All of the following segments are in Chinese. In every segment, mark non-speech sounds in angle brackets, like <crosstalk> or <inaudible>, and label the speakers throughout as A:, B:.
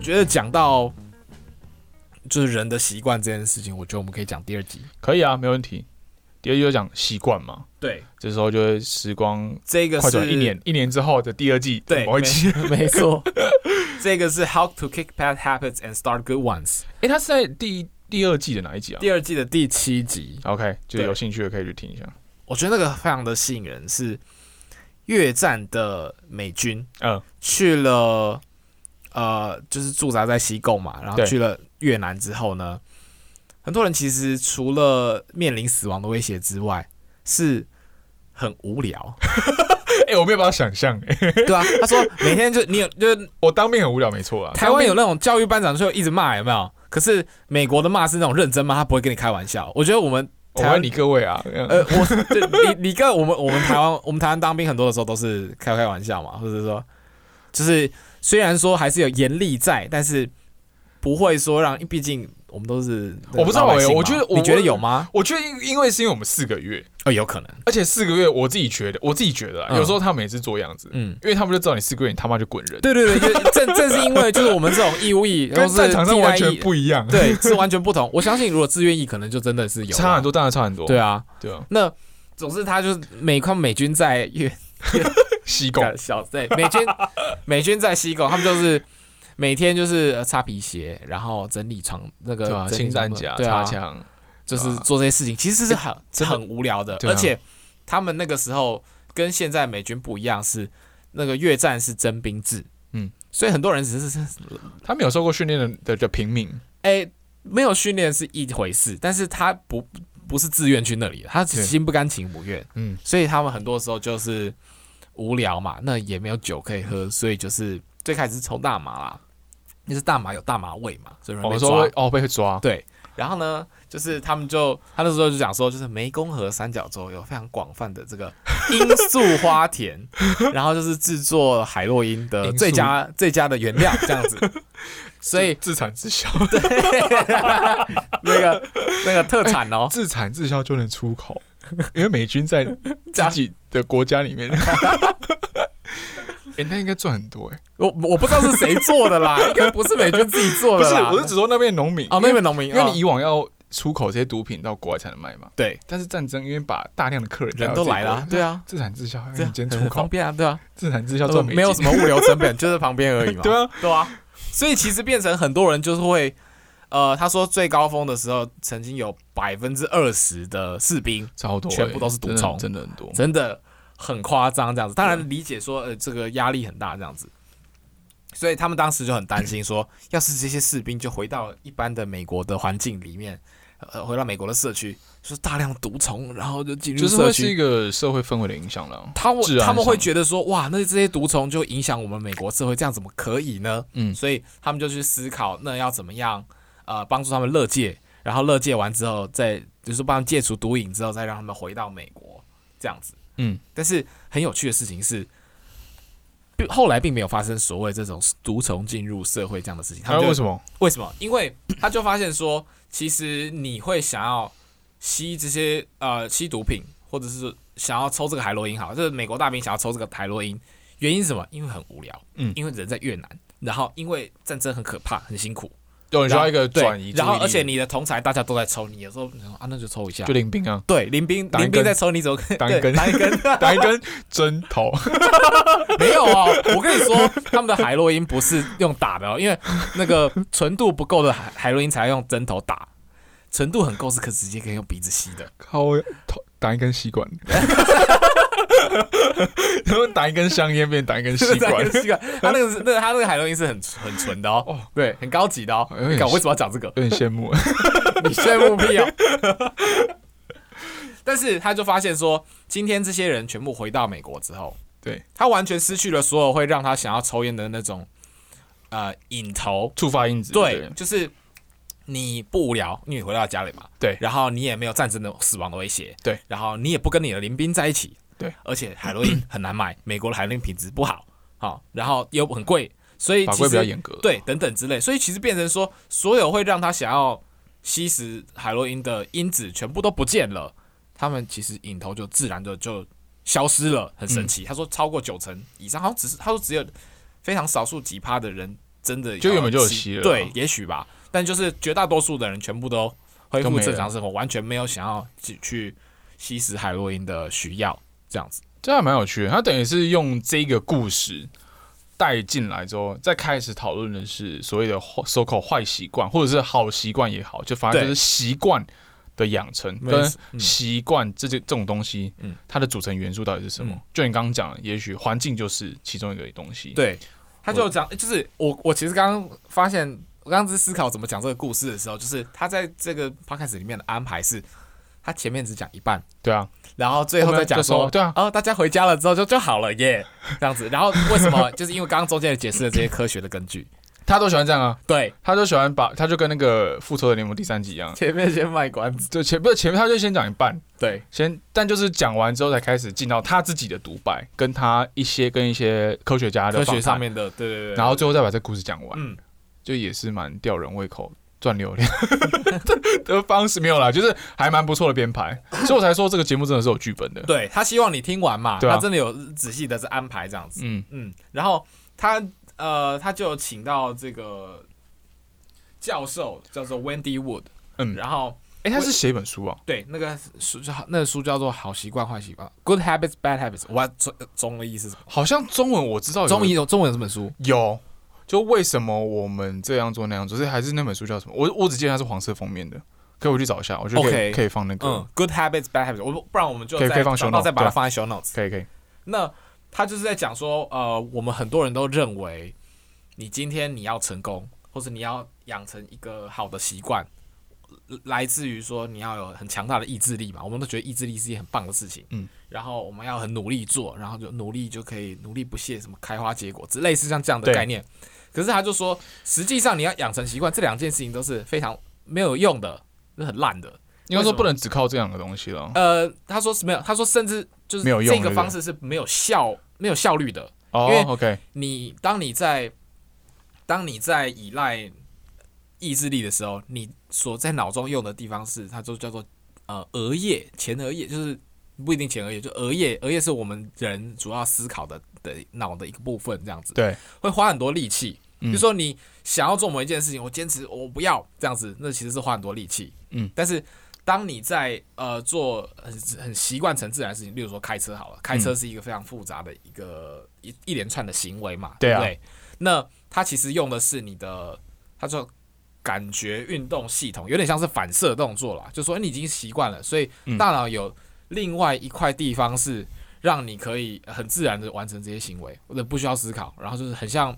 A: 觉得讲到就是人的习惯这件事情，我觉得我们可以讲第二集。
B: 可以啊，没问题。第二季就讲习惯嘛，
A: 对，
B: 这时候就会时光
A: 这个
B: 快
A: 是
B: 转一年，一年之后的第二季
A: 对
B: 某一季。
A: 没错，这个是 How to Kick Bad Habits and Start Good Ones
B: <laughs> 诶，它是在第第二季的哪一集啊
A: 第二季的第七集。
B: ？OK，就是
A: 对
B: 有兴趣的可以去听一下。
A: 我觉得那个非常的吸引人，是越战的美军
B: 嗯，
A: 去了，呃，就是驻扎在西贡嘛，然后
B: 对
A: 去了越南之后呢，很多人其实除了面临死亡的威胁之外，是很无
B: <laughs>
A: 聊，
B: 诶，我没有办法想象，诶，
A: 对啊，他说每天就你有就是
B: 我当面很无聊，没错啊。
A: 台湾有那种教育班长就一直骂有没有？可是美国的骂是那种认真骂，他不会跟你开玩笑。我觉得我们
B: 我
A: 台湾
B: 问你各位
A: <laughs>
B: 啊，
A: 呃，
B: 呃，
A: 我对你你跟我们我们台湾我们台湾当兵很多的时候都是开开玩笑嘛，或者说就是虽然说还是有严厉在，但是不会说让，毕竟我们都是
B: 我不知道
A: 老百姓
B: 欸
A: 嘛
B: 我觉得我
A: 你觉得有吗？
B: 我觉得因因为是因为我们四个月，
A: 哦，有可能，
B: 而且四个月我自己觉得，我自己觉得啊，
A: 嗯
B: 有时候他们也是做样子，
A: 嗯。
B: 因为他们就知道你四个月你他妈就滚人，
A: 对对对，就正正是因为就是我们这种义务役都
B: <laughs> 跟
A: 是
B: 战场上
A: 替代
B: 完全
A: 役
B: 不一样，
A: 对是完全不同。我相信如果自愿役可能就真的是有
B: <laughs> 差很
A: 多，
B: 多，当然差很多，
A: 对啊。
B: 对啊，
A: 那总之他就是美看美军在越
B: 西贡
A: 小对，美军美军在西贡，他们就是每天就是呃擦皮鞋，然后整理床那个
B: 对啊，
A: 整理
B: 清
A: 床
B: 弹
A: 铺
B: 夹、
A: 对啊
B: 擦，枪，
A: 就是
B: 对啊
A: 做这些事情，其实是很
B: 真的
A: 很无聊的，
B: 对啊
A: 而且他们那个时候跟现在美军不一样，是那个越战是征兵制，
B: 嗯，
A: 所以很多人只是是
B: 他们有受过训练的的的平民，
A: 哎、没有训练是一回事，但是他不不是自愿去那里的，他
B: 对
A: 心不甘情不愿，
B: 嗯，
A: 所以他们很多时候就是无聊嘛，那也没有酒可以喝，所以就是最开始是抽大麻啦，那是大麻有大麻味嘛，所以容易
B: 我
A: 被
B: 说
A: 抓
B: 会。哦被抓，
A: 对，然后呢，就是他们就他那时候就讲说，就是湄公河三角洲有非常广泛的这个罂粟花田，
B: <laughs>
A: 然后就是制作海洛因的
B: 罂粟
A: 最佳最佳的原料这样
B: <laughs>
A: 子，所以
B: 自产自销，
A: 那个那个特产哦，
B: <laughs> 自产自销就能出 <laughs> 口，因为美军在自己的国家里 <laughs> 面，哎，那应该赚很多哎，
A: 我我不知道是谁做的啦，应该不是美军自己做
B: 不
A: 的
B: 是，
A: 啦。
B: 我是指说那边农民
A: 哦，那边农民，
B: 因为
A: 哦
B: 你以往要出口这些毒品到国外才能卖嘛，
A: 对
B: 但是战争因为把大量的客人带
A: 人
B: 到
A: 都
B: 自己
A: 来
B: 国
A: 了
B: 家，
A: 对啊，
B: 自产自销，
A: 这
B: 你
A: 样
B: 今天
A: 很
B: 出
A: 方
B: 口，
A: 便啊，对啊，
B: 自产自销
A: 他
B: 赚
A: 们
B: 美
A: 没有
B: 金
A: 什么物
B: <laughs>
A: 流成本，就是旁边而已嘛。
B: 对 <laughs> 啊，
A: 对啊，所以其实变成很多人就是会，呃，他说最高峰的时候，曾经有百分之二十的士兵
B: 超多欸，
A: 全部都是毒虫
B: 真的真的很多。
A: 真的很夸张这样子。当然理解说，呃，这个压力很大这样子，所以他们当时就很担心说，
B: 嗯
A: 要是这些士兵就回到一般的美国的环境里面，呃，回到美国的社区，就是大量毒虫，然后就进入
B: 就是
A: 社
B: 会是一
A: 区。
B: 个社会氛围的影响了。
A: 他
B: 治
A: 们
B: 安上
A: 他们会觉得说，哇，那这些毒虫就影响我们美国社会，这样怎么可以呢？
B: 嗯
A: 所以他们就去思考，那要怎么样呃帮助他们乐戒，然后乐戒完之后再就是帮他们戒除毒瘾之后，再让他们回到美国这样子。
B: 嗯，
A: 但是很有趣的事情是，并后来并没有发生所谓这种毒虫进入社会这样的事情。他
B: 还
A: 们
B: 有
A: 就
B: 为什么？
A: 为什么？因为他就发现说，其实你会想要吸这些呃吸毒品，或者是想要抽这个海洛因，好，就是美国大兵想要抽这个海洛因，原因是什么？因为很无聊，
B: 嗯
A: 因为人在越南，然后因为战争很可怕，很辛苦，
B: 有人需
A: 然
B: 要
A: 后
B: 一个
A: 对
B: 转移注意力，
A: 然后而且你的同才大家都在抽，你有时候你说啊那就抽一下
B: 就，领兵
A: <laughs>
B: 啊，
A: 对，林兵
B: 打一
A: 林兵
B: 根
A: 在抽，你怎么可以
B: 打一
A: 对
B: 根
A: 打一根？
B: 打一根针头，
A: 没有哦，我跟你说，他们的海洛因不是用打的哦，因为那个纯度不够的海海洛因才用针头打，纯度很够是可直接可以用鼻子吸
B: <laughs>
A: 的。
B: <laughs> 靠头打一根吸 <laughs> 管，然后打一根香烟变打一
A: <laughs>
B: 根吸管，
A: 吸管，他那个是那个他那个海洛因是很很纯的哦，
B: 哦，
A: 对，很高级的哦。
B: 有点
A: 你看我为什么要讲这个？
B: 有点羡慕。 <laughs>
A: 你炫目屁哦。 <laughs> 但是他就发现说，今天这些人全部回到美国之后，
B: 对
A: 他完全失去了所有会让他想要抽烟的那种呃瘾头，
B: 触发因子，
A: 对，就是你不无聊，因为你回到家里嘛，
B: 对
A: 然后你也没有战争的死亡的威胁，
B: 对，
A: 然后你也不跟你的邻兵在一起，
B: 对，
A: 而且海洛因很难买，美国的海洛因品质不好，好，然后又很贵，所以
B: 法
A: 其
B: 规比较
A: 实
B: 严格，
A: 对等等之类，所以其实变成说，所有会让他想要吸食海洛因的因子全部都不见了，他们其实瘾头就自然的就消失
B: 嗯
A: 了，很神奇。他说超过九成以上，好像只是他说只有非常少数几趴的人真的
B: 就原本就有
A: 希
B: 希了啊
A: 对，也许吧。但就是绝大多数的人全部都恢
B: 都
A: 复
B: 没
A: 正
B: 了
A: 常生活，完全没有想要去去吸食海洛因的需要，这样子。
B: 这还蛮有趣的。他等于是用这个故事带进来之后，再开始讨论的是所谓的收口坏习惯，或者是好习惯也好，就反正
A: 对
B: 就是习惯的养成
A: 没有
B: 跟
A: 嗯
B: 习惯这些这种东西，
A: 嗯
B: 它的组成元素到底是什么？
A: 嗯
B: 就你刚刚讲的，也许环境就是其中一个东西。，
A: 对，他就讲，就是我我其实刚刚发现，我刚刚在思考怎么讲这个故事的时候，就是他在这个 podcast 里面的安排是，他前面只讲一半，
B: 对啊，
A: 然后最后再讲
B: 后
A: 说，
B: 面就说对啊
A: 哦，大家回家了之后就就好了耶，这样子。然后为什么？就是因为刚刚中间也解释了这些科学的根据。
B: 他都喜欢这样啊，
A: 对，
B: 他都喜欢把，他就跟那个《复仇者联盟》第三集一样，
A: <laughs> 前面先卖关子。
B: 就前不是前面他就先讲一半，
A: 对，
B: 先，但就是讲完之后才开始进到他自己的独白，跟他一些跟一些科学家的
A: 科学
B: 访
A: 上
B: 谈，
A: 面的，对对对。
B: 然后最后再把这故事讲完，
A: 嗯，
B: 就也是蛮吊人胃口、赚流量的 <laughs> 的方式没有啦，就是还蛮不错的编排，所以我才说这个节目真的是有剧本的。
A: 对他希望你听完嘛，
B: 对啊
A: 他真的有仔细的在安排这样子。
B: 嗯，
A: 嗯，然后他呃，他就请到这个教授叫做 Wendy Wood，
B: 嗯
A: 然后
B: 哎、他是写一本书啊，
A: 对那个书叫那个书叫做《好习惯坏习惯》（Good Habits Bad Habits），我中中文意思是什么？
B: 好像中文我知哦道有
A: 中文有中文有这本书，
B: 有，就为什么我们这样做那样做，是还是那本书叫什么？我我只记得它是黄色封面的，可以我去找一下，我觉得可以
A: OK
B: 可以放那个，
A: 嗯，Good Habits Bad Habits，我不不然我们就
B: 可以
A: 再
B: 可以放
A: 找
B: show
A: 到
B: note，
A: 再把它
B: 对
A: 放在 show notes。
B: 可以可以，
A: 那他就是在讲说，呃，我们很多人都认为，你今天你要成功，或者你要养成一个好的习惯，呃来自于说你要有很强大的意志力嘛。我们都觉得意志力是一件很棒的事情，
B: 嗯，
A: 然后我们要很努力做，然后就努力就可以努力不懈，什么开花结果之类似像这样的
B: 对
A: 概念。可是他就说，实际上你要养成习惯，这两件事情都是非常没有用的，是很烂的。
B: 应该说
A: 为什么
B: 不能只靠这两个东西了。
A: 呃，他说是没有，他说甚至就是
B: 没有用
A: 这个
B: 对不对
A: 方式是没有效、没有效率的。因
B: 哦、
A: 为
B: o k
A: 你当你在当你在依赖意志力的时候，你所在脑中用的地方是，它就叫做呃额叶、前额叶，就是不一定前额叶，就额叶，额叶是我们人主要思考的的脑的一个部分，这样子
B: 对，
A: 会花很多力气。
B: 嗯
A: 比如说你想要做某一件事情，我坚持我不要这样子，那其实是花很多力气。
B: 嗯，
A: 但是当你在呃做很很习惯成自然的事情，例如说开车
B: 嗯
A: 好了，开车是一个非常复杂的一个、一一连串的行为嘛，
B: 对啊
A: 不对？那它其实用的是你的，它说感觉运动系统，有点像是反射动作啦，就说你已经习惯了，所以
B: 嗯
A: 大脑有另外一块地方是让你可以很自然的完成这些行为，或者不需要思考，然后就是很像，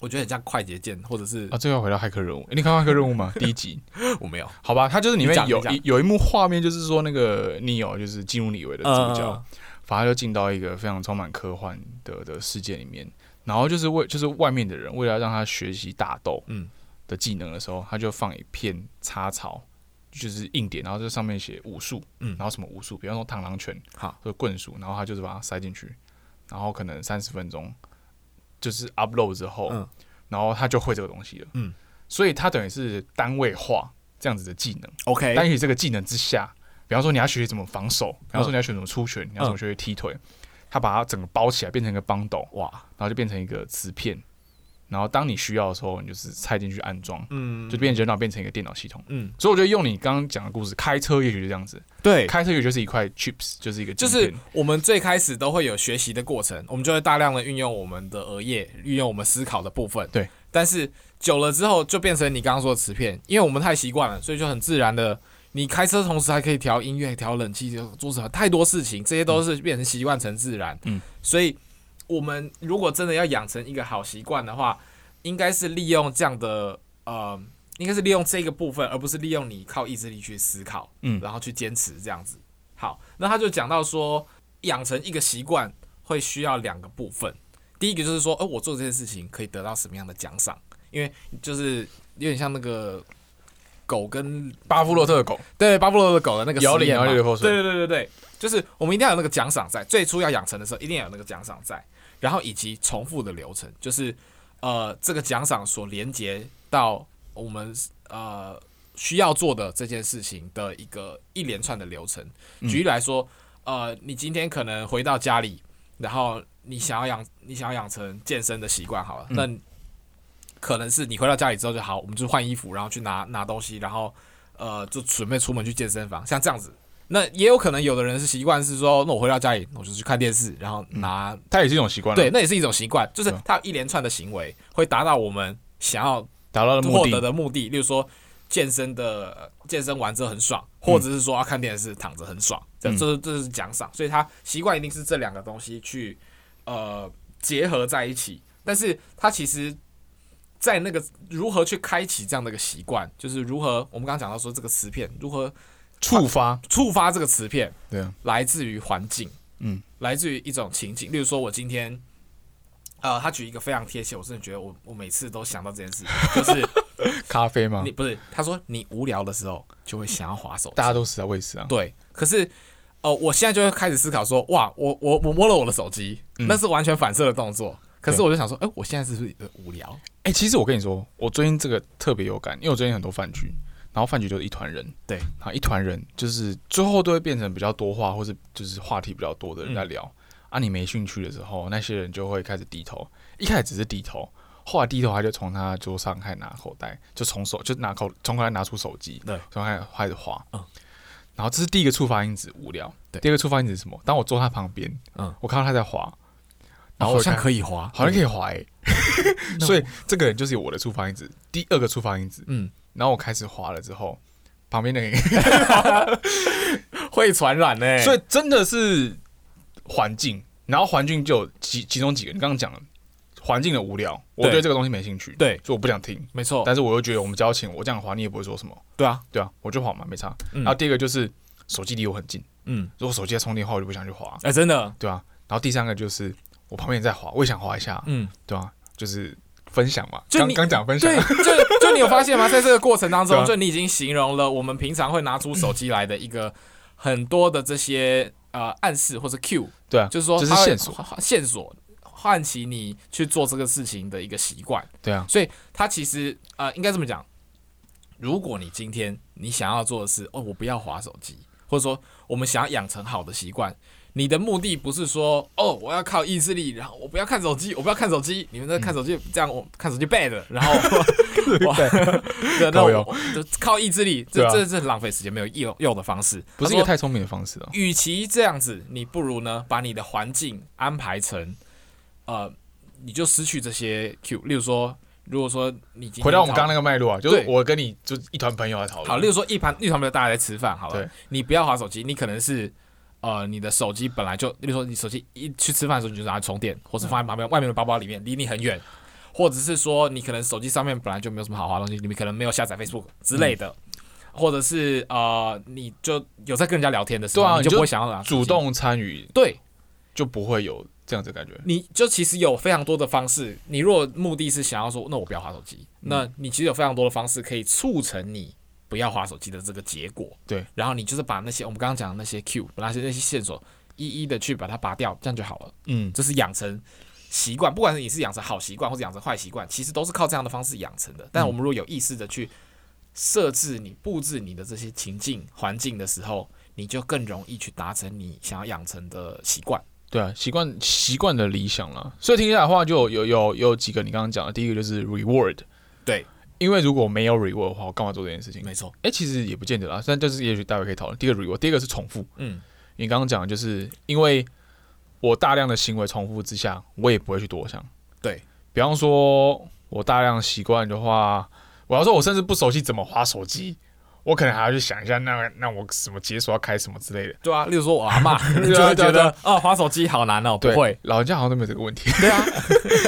A: 我觉得很像快捷键，或者是、
B: 啊，这个要回到骇客任务，诶你看骇客任
A: <laughs>
B: 务吗？第一集，
A: 我没有
B: 好吧，它就是里
A: 你讲
B: 面有
A: 你讲
B: 一有一幕画面，就是说那个 Neo 就是进入李维的主角，
A: 嗯
B: 反而就进到一个非常充满科幻的的世界里面，然后就是为就是外面的人为了让他学习打斗
A: 嗯
B: 的技能的时候，他就放一片插槽，就是硬点，然后这上面写武术，
A: 嗯
B: 然后什么武术，比方说螳螂拳，
A: 好，
B: 或者棍术，然后他就是把它塞进去，然后可能三十分钟就是 upload 之后，
A: 嗯
B: 然后他就会这个东西了，
A: 嗯，
B: 所以他等于是单位化这样子的技能。
A: ，OK，
B: 但也许这个技能之下，比方说你要学习怎么防守，比方说你
A: 嗯
B: 要学怎么出拳，你要怎么学踢腿，他把它整个包起来变成一个帮斗，
A: 哇，
B: 然后就变成一个磁片，然后当你需要的时候，你就是插进去安装，
A: 嗯
B: 就变人脑变成一个电脑系统。
A: 嗯，
B: 所以我觉得用你刚刚讲的故事，开车也许就这样子，
A: 对，
B: 开车也许就是一块 chips，就是一个
A: 就
B: 晶
A: 是
B: 片
A: 我们最开始都会有学习的过程，我们就会大量的运用我们的额叶，运用我们思考的部分。
B: 对，
A: 但是久了之后就变成你刚刚说的磁片，因为我们太习惯了，所以就很自然的，你开车同时还可以调音乐、调冷气，就做什么太多事情，这些都是变成习惯成自然。
B: 嗯，
A: 所以我们如果真的要养成一个好习惯的话，应该是利用这样的呃，应该是利用这个部分，而不是利用你靠意志力去思考，
B: 嗯
A: 然后去坚持这样子。好，那他就讲到说，养成一个习惯会需要两个部分，第一个就是说，哦、我做这件事情可以得到什么样的奖赏，因为就是有点像那个狗跟
B: 巴夫洛特的狗，
A: 对巴布洛的狗的那个
B: 摇
A: 实验
B: 铃然后
A: 嘛
B: 流口水
A: 对对对对对，就是我们一定要有那个奖赏在，最初要养成的时候一定要有那个奖赏在，然后以及重复的流程，就是呃这个奖赏所连接到我们呃需要做的这件事情的一个一连串的流程。举例来说，呃，你今天可能回到家里，然后你想要养你想要养成健身的习惯好了，那可能是你回到家里之后就好，我们就换衣服，然后去拿拿东西，然后呃就准备出门去健身房，像这样子。那也有可能有的人是习惯是说，那我回到家里我就去看电视，然后拿、
B: 它也是一种习惯了，啊
A: 对，那也是一种习惯，就是
B: 对啊
A: 他一连串的行为会达到我们想要
B: 达到了目
A: 获得
B: 的。
A: 的目的，例如说健身的呃健身完之后很爽，或者是说要看电视躺着很爽，这
B: 嗯
A: 这是这是奖赏，所以他习惯一定是这两个东西去呃结合在一起，但是他其实。在那个如何去开启这样的一个习惯，就是如何我们刚刚讲到说这个词片如何
B: 触发，
A: 触发这个词片，
B: 对啊，
A: 来自于环境，
B: 嗯，
A: 来自于一种情景。例如说，我今天，呃，他举一个非常贴切，我真的觉得我我每次都想到这件事，就是
B: 咖啡嘛
A: 你，不是他说你无聊的时候就会想要划手机
B: 啊大，家都是在喂食啊。
A: 对。可是，呃，我现在就会开始思考说，哇，我我我摸了我的手机，那是完全反射的动作。可是
B: 嗯对
A: 我就想说，哎、我现在是不是呃无聊？
B: 哎、其实我跟你说，我最近这个特别有感，因为我最近很多饭局，然后饭局就是一团人，
A: 对
B: 然后一团人就是最后都会变成比较多话，或是就是话题比较多的人
A: 嗯
B: 在聊、啊。你没兴趣的时候，那些人就会开始低头，一开始只是低头，后来低头他就从他桌上开始拿口袋，就从手就拿口从口袋拿出手机，
A: 对，
B: 从开始开始滑，
A: 嗯
B: 然后这是第一个触发因子，无聊。
A: 对
B: 第二个触发因子是什么？当我坐他旁边，
A: 嗯
B: 我看到他在滑，然后
A: 好
B: 我看
A: 像可以嗯滑，
B: 好像可以滑欸所以这个人就是有我的触发因子，第二个触发因子。
A: 嗯，
B: 然后我开始滑了之后，旁边
A: <laughs>
B: 那个，
A: 会传染呢、欸
B: 所以真的是环境，然后环境就有其其中几个，你刚刚讲了环境的无聊，我
A: 对
B: 对这个东西没兴趣，
A: 对
B: 所以我不想听。
A: 没错，
B: 但是我又觉得我们交情，我这样滑你也不会说什么，
A: 对啊，
B: 对啊，我就滑嘛，没差。
A: 嗯
B: 然后第二个就是手机离我很近，
A: 嗯，
B: 如果手机在充电的话，我就不想去滑，
A: 哎、真的，
B: 对啊。然后第三个就是我旁边也在滑，我也想滑一下，
A: 嗯，
B: 对啊，就是分享嘛，
A: 就
B: 刚
A: 你
B: 刚讲分享啊
A: 对，，就就你有发现
B: <laughs>
A: 吗？在这个过程当
B: 对
A: 中，
B: 啊
A: 就你已经形容了我们平常会拿出手机来的一个很多的这些呃暗示或者 cue，
B: 对啊，
A: 就是说
B: 这是
A: 它会
B: 线索，
A: 唤线索唤起你去做这个事情的一个习惯。
B: 对啊，
A: 所以它其实呃应该这么讲，如果你今天你想要做的是哦，我不要划手机，或者说我们想要养成好的习惯。你的目的不是说哦，我要靠意志力，然后我不要看手机，我不要看手机，你们在
B: 嗯
A: 看手机、这样，我看手机 bad，然
B: <laughs>
A: 后哇， <laughs> 对，那
B: 靠腰
A: 我就靠意志力，这、
B: 对啊
A: 这是很浪费时间，没有用用的方式，
B: 不是一
A: 他
B: 个
A: 说
B: 太聪明的方式啊。
A: 与其这样子，你不如呢把你的环境安排成，呃，你就失去这些 Q。例如说，如果说你今天
B: 回到我们
A: 讨
B: 刚刚那个脉络啊，就是
A: 对
B: 我跟你就一团朋友来讨论。
A: 好，例如说一盘一团朋友大家在吃饭，好了
B: 对，
A: 你不要划手机，你可能是呃你的手机本来就，例如说你手机一去吃饭的时候你就拿来充电，或是放在旁边外面的包包里面，离你很远，或者是说你可能手机上面本来就没有什么好划的东西，你们可能没有下载 Facebook 之类的。
B: 嗯
A: 或者是呃，你就有在跟人家聊天的时候，
B: 对啊
A: 你
B: 你
A: 就
B: 就
A: 不会想要拿手
B: 主
A: 机
B: 动参与
A: 对，
B: 就不会有这样子的感觉。
A: 你就其实有非常多的方式，你如果目的是想要说，那我不要划手机，那你其实有非常多的方式可以促成你不要划手机的这个结果。
B: 对，
A: 然后你就是把那些我们刚刚讲的那些 Q，那些那些线索，一一的去把它拔掉，这样就好了。
B: 嗯，
A: 这是养成习惯，不管是你是养成好习惯或者养成坏习惯，其实都是靠这样的方式养成的。但我们如果有意识的去设置你、布置你的这些情境环境的时候，你就更容易去达成你想要养成的习惯。
B: 对啊，习惯习惯的理想啦。所以听起来的话，就有有有有几个你刚刚讲的，第一个就是 reward。
A: 对，
B: 因为如果没有 reward 的话，我干嘛做这件事情？
A: 没错，
B: 哎、其实也不见得啦，但就是也许待会可以讨论。第一个 reward，第二个是重复。
A: 嗯，
B: 你刚刚讲的就是因为我大量的行为重复之下，我也不会去多想。
A: 对。
B: 比方说，我大量习惯的话，我要说我甚至不熟悉怎么划手机，我可能还要去想一下那那我什么解锁要开什么之类的。
A: 对啊，例如说我阿 <laughs> 妈就
B: 对啊
A: 会觉
B: 对
A: 得
B: 啊
A: 哦，滑手机好难哦，不
B: 对，
A: 会，
B: 老人家好像都没有这个
A: <laughs>
B: 问题，
A: 对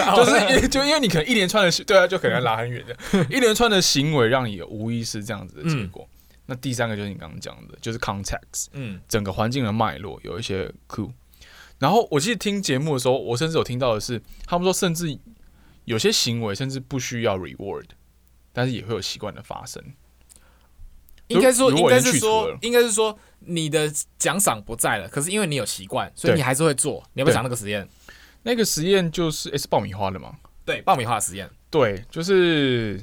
A: 啊， <laughs>
B: 就是就因为你可能一连串的行对啊，就可能拉很远的一连串的行为，让你有无意识这样子的结果。那第三个就是你刚刚讲的，就是 context，
A: 嗯
B: 整个环境的脉络有一些 clue。然后我记得听节目的时候，我甚至有听到的是，他们说甚至有些行为甚至不需要 reward，但是也会有习惯的发生。
A: 应该说
B: 如
A: 应
B: 果
A: 该
B: 已经
A: 是
B: 去除
A: 说
B: 了
A: 应该是说你的奖赏不在了，可是因为你有习惯，所以
B: 对
A: 你还是会做。你要不要
B: 对
A: 讲那个实验？
B: 那个实验就是，诶，是爆米花的吗？
A: 对，爆米花实验，
B: 对，就是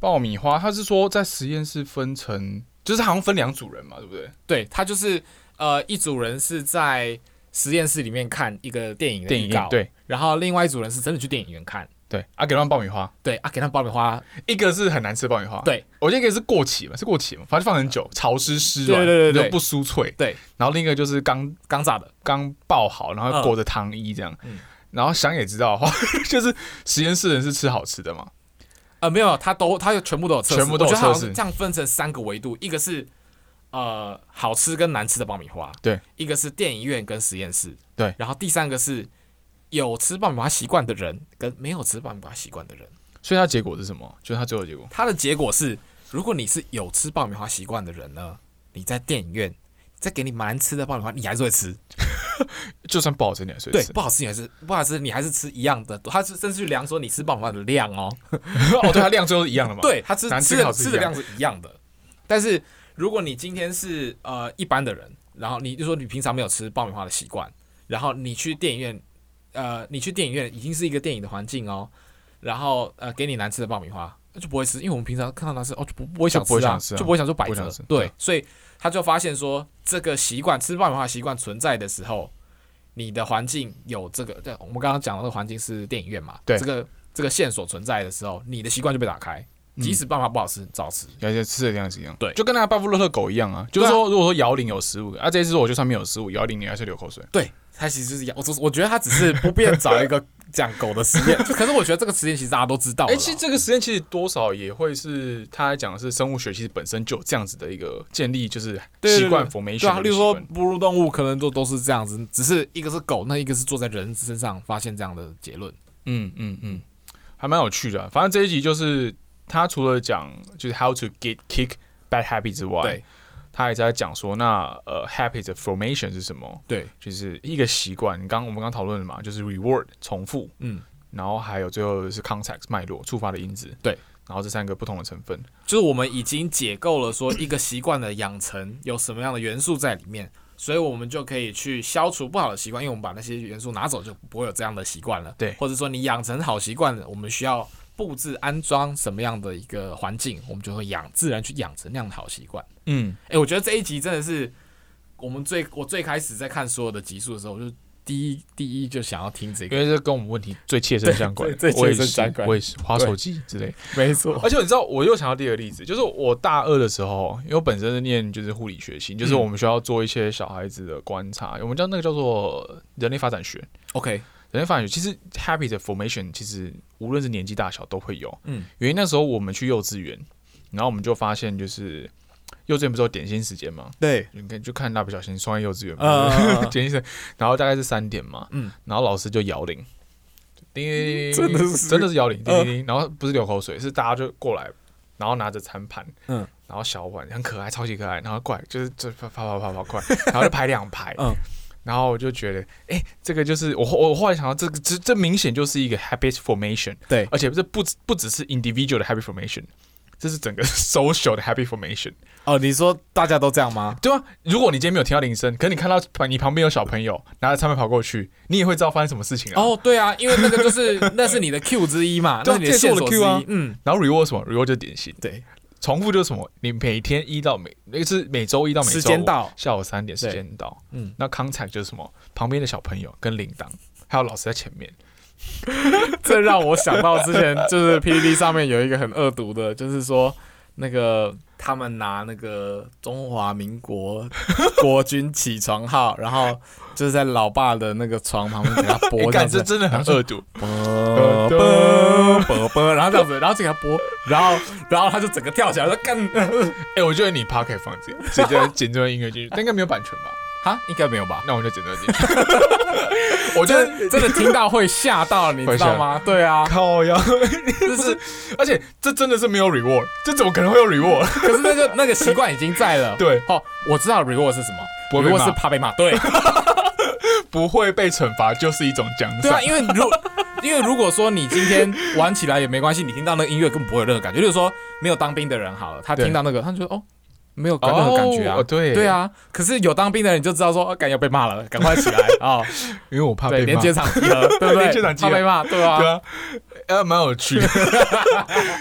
B: 爆米花。他是说在实验室分成，就是好像分两组人嘛，对不对？
A: 对，它就是呃一组人是在实验室里面看一个电影的
B: 电影
A: 预告，
B: 院，对
A: 然后另外一组人是真的去电影院看，
B: 对，啊，给他们爆米花，
A: 对啊，给他们爆米花，
B: 一个是很难吃的爆米花，
A: 对，
B: 我觉得一个是过期嘛，是过期嘛，反正放很久，潮湿湿
A: 对
B: 软，
A: 对对对
B: 就不酥脆，
A: 对，
B: 然后另一个就是刚
A: 刚炸的，
B: 刚爆好，然后裹着糖衣这样，
A: 嗯
B: 然后想也知道的 <laughs> 话，就是实验室人是吃好吃的嘛，
A: 呃，没有，他都他全部都有测试，
B: 全部都有
A: 我觉得它好像
B: 测试
A: 这样分成三个维度，一个是呃好吃跟难吃的爆米花，
B: 对，
A: 一个是电影院跟实验室，
B: 对
A: 然后第三个是有吃爆米花习惯的人跟没有吃爆米花习惯的人，
B: 所以它结果是什么？就是它最后的结果，
A: 它的结果是，如果你是有吃爆米花习惯的人呢，你在电影院再给你蛮吃的爆米花，你还是会吃，
B: 就算不好吃你还是会
A: 对，
B: 吃，
A: 不好吃你还是不好吃，你还是吃一样的，他是甚至去量说你吃爆米花的量哦，
B: <laughs> 哦，对，它量最后是一样的嘛，，
A: 对，他吃
B: 难吃
A: 吃
B: 跟好
A: 的
B: 吃
A: 吃
B: 一
A: 的
B: 样
A: 量是一样的。但是如果你今天是呃一般的人，然后你就说你平常没有吃爆米花的习惯，然后你去电影院，呃，你去电影院已经是一个电影的环境哦，然后呃给你难吃的爆米花，那就不会吃，因为我们平常看到难吃哦就不不会想
B: 不会
A: 吃啊
B: 想吃啊
A: 就不会想说摆
B: 不会
A: 着
B: 想吃，对
A: 对，所以他就发现说这个习惯吃爆米花的习惯存在的时候。你的环境有这个，对，我们刚刚讲的那个环境是电影院嘛？
B: 对
A: 这个这个线索存在的时候，你的习惯就被打开。
B: 嗯
A: 即使办法不好吃，照吃。
B: 而且吃的量是一样，
A: 对
B: 就跟那个巴夫洛特狗一样啊，就是说如果说摇铃有食物，啊，这一次我就算没有食物，摇铃你还是流口水，
A: 对，它其实就是养，我我觉得它只是不便找 <laughs> 一个讲狗的实验。可是我觉得这个实验其实大家都知道了
B: 哎、
A: 啦。
B: 其实这个实验其实多少也会是他讲的是生物学，其实本身就有这样子的一个建立，就是
A: 对
B: 习惯
A: 对
B: formation
A: 对啊，
B: 的
A: 例如
B: 习
A: 说
B: 惯
A: 哺乳动物可能都都是这样子，只是一个是狗，那一个是坐在人身上发现这样的结论。
B: 嗯嗯嗯，还蛮有趣的啊、反正这一集就是他除了讲就是 how to get kick bad habit 之外
A: 对，
B: 他还在讲说那呃 habit 的 formation 是什么，
A: 对，
B: 就是一个习惯。你刚我们刚讨论了嘛，就是 reward 重复，
A: 嗯，
B: 然后还有最后是 context 脉络触发的因子，
A: 对，
B: 然后这三个不同的成分，
A: 就是我们已经解构了说一个习惯的养成有什么样的元素在里面，所以我们就可以去消除不好的习惯，因为我们把那些元素拿走，就不会有这样的习惯了。
B: 对
A: 或者说你养成好习惯了，我们需要布置安装什么样的一个环境，我们就会养自然去养成那样的好习惯。
B: 嗯，
A: 诶，我觉得这一集真的是我们最我最开始在看所有的集数的时候，我就第一第一就想要听这
B: 因
A: 个，
B: 为这跟我们问题最切身相关，
A: 对最
B: 我也
A: 切身
B: 是
A: 相关
B: 我也是花手机之类。
A: 没错，
B: <laughs> 而且你知道，我又想到第二个例子，就是我大二的时候，因为我本身是念就是护理学系，就是我们需要做一些小孩子的观察，我们叫那个叫做人类发展学。
A: OK，
B: 人类发展学其实 habit 的 formation 其实无论是年纪大小都会有，
A: 嗯，
B: 原因那时候我们去幼稚园，然后我们就发现就是幼稚园不是有点心时间吗？
A: 对，
B: 你看就看蜡笔小新双月幼稚园嘛，
A: 嗯嗯
B: <laughs>
A: 嗯
B: 点心时间，然后大概是三点嘛，
A: 嗯，
B: 然后老师就摇铃，叮叮叮，
A: 真的是嗯
B: 真的是摇铃，叮叮叮，然后不是流口水，是大家就过来，然后拿着餐盘，
A: 嗯，
B: 然后小碗很可爱，超级可爱，然后过来就是就啪啪啪啪啪过来，然后就排两排，
A: 嗯，
B: <laughs> 然后我就觉得，哎、这个就是我后我后来想到这个，这这明显就是一个 habit formation，
A: 对
B: 而且这不只不只是 individual 的 habit formation。这是整个 <laughs> social 的 habit formation，
A: 哦，你说大家都这样吗？
B: 对啊，如果你今天没有听到铃声，可是你看到旁你旁边有小朋友拿着餐盘跑过去，你也会知道发生什么事情啊。
A: 哦，对啊，因为那个就是
B: <laughs>
A: 那是你的 Q 之一嘛，
B: 对
A: 那
B: 啊
A: 是你的线
B: 这也是
A: 索
B: 我的
A: 之
B: cue 啊嗯
A: 一。嗯，
B: 然后 reward 什么？reward 就是点心。
A: 对，
B: 重复就是什么？你每天一到每那个是每周一到每周五
A: 时间到
B: 下午三点时间到。嗯
A: 嗯，
B: 那 contact 就是什么？旁边的小朋友跟铃铛，还有老师在前面。
A: 这让我想到之前就是 PPT 上面有一个很恶毒的，就是说那个他们拿那个中华民国国军起床号，然后就是在老爸的那个床旁边给他
B: 我 <laughs>
A: 播这
B: 感
A: 样
B: 哎这
A: 子，
B: 真的很恶毒。 <laughs>
A: 啵啵啵啵，然后这样子，然后这给他播，然后然后他就整个跳起来说干嗯
B: 哎，我觉得你 p o c k e t 放这个，所以就剪这段音乐进去，但应该没有版权吧？
A: 哈，应该没有吧？
B: 那我就剪这段进去。 <laughs> 我觉得
A: 真真的听到会吓到，你知道
B: <laughs>
A: 吗？对啊，
B: 靠呀！
A: 就是
B: <laughs> 而且这真的是没有 reward，这怎么可能会有 reward？ <laughs>
A: 可是那个那个习惯已经在了。
B: 对，
A: 哦，我知道 reward 是什么
B: 不会被
A: ，reward
B: 骂
A: 是怕被骂。对，
B: 不会被惩罚就是一种奖
A: 对
B: 赏
A: 啊，。因为如因为如果说你今天玩起来也没关系，你听到那个音乐根本不会有任何感觉。就是说，没有当兵的人好了，他
B: 对
A: 听到那个，他就觉得哦，没有任何感觉啊
B: 哦。对
A: 对，啊，可是有当兵的人就知道说，哦赶、要被骂了，赶快起来啊！
B: 因为我怕
A: 对，
B: 被
A: 连
B: 骂。
A: 接场集合，对不对？
B: 连接场集合
A: 怕被骂，对
B: 对
A: 啊，
B: 啊，呃，蛮有趣的。 <laughs>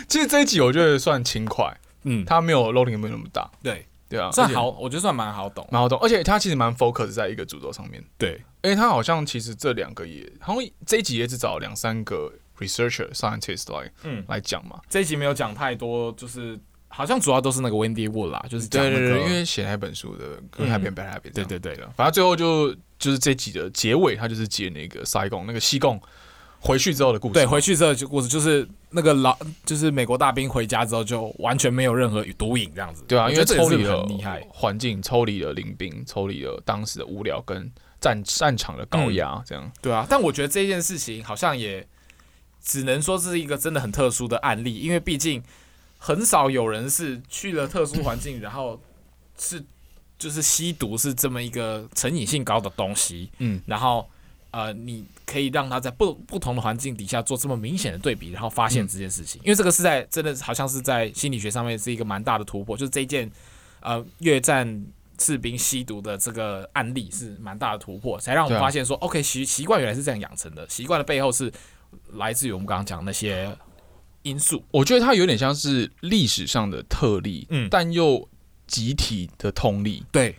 B: 其实这一集我觉得算轻快，
A: 嗯，
B: 它没有 loading 没有那么大，
A: 对，
B: 对啊，
A: 算
B: 而且
A: 好，我觉得算蛮好懂。
B: 蛮好懂，而且它其实蛮 focus 在一个主轴上面。
A: 对，
B: 因为它好像其实这两个也，好像这一集也只找两三个 researcher scientist 来
A: 嗯，
B: 来讲嘛。
A: 这一集没有讲太多，就是好像主要都是那个 Wendy Wood 啦，就是讲
B: 对
A: 那
B: 对
A: 个嗯
B: 对，因为写那本书的跟 Happy and Bad Happy，
A: 对对对
B: 对，啊反正最后就就是这集的结尾，他就是接那个塞贡那个西贡回去之后的故事嘛。
A: 对，回去之后就故事就是那个老，就是美国大兵回家之后就完全没有任何毒瘾这样子。
B: 对啊，
A: 我
B: 因
A: 觉
B: 为
A: 得这也
B: 抽
A: 是
B: 离了
A: 很厉害。
B: 环境，抽离了临兵，抽离了当时的无聊跟战战场的高压，这样。
A: 对啊，但我觉得这件事情好像也只能说是一个真的很特殊的案例，因为毕竟很少有人是去了特殊环境，然后是就是吸毒是这么一个成瘾性高的东西，
B: 嗯，
A: 然后呃，你可以让他在不不同的环境底下做这么明显的对比，然后发现这件事情，因为这个是在真的好像是在心理学上面是一个蛮大的突破，就是这一件呃越战士兵吸毒的这个案例是蛮大的突破，才让我
B: 对
A: 们
B: 啊
A: 发现说、o k 习习惯原来是这样养成的，习惯的背后是来自于我们刚刚讲的那些因素，
B: 我觉得它有点像是历史上的特例，
A: 嗯
B: 但又集体的通例。
A: 对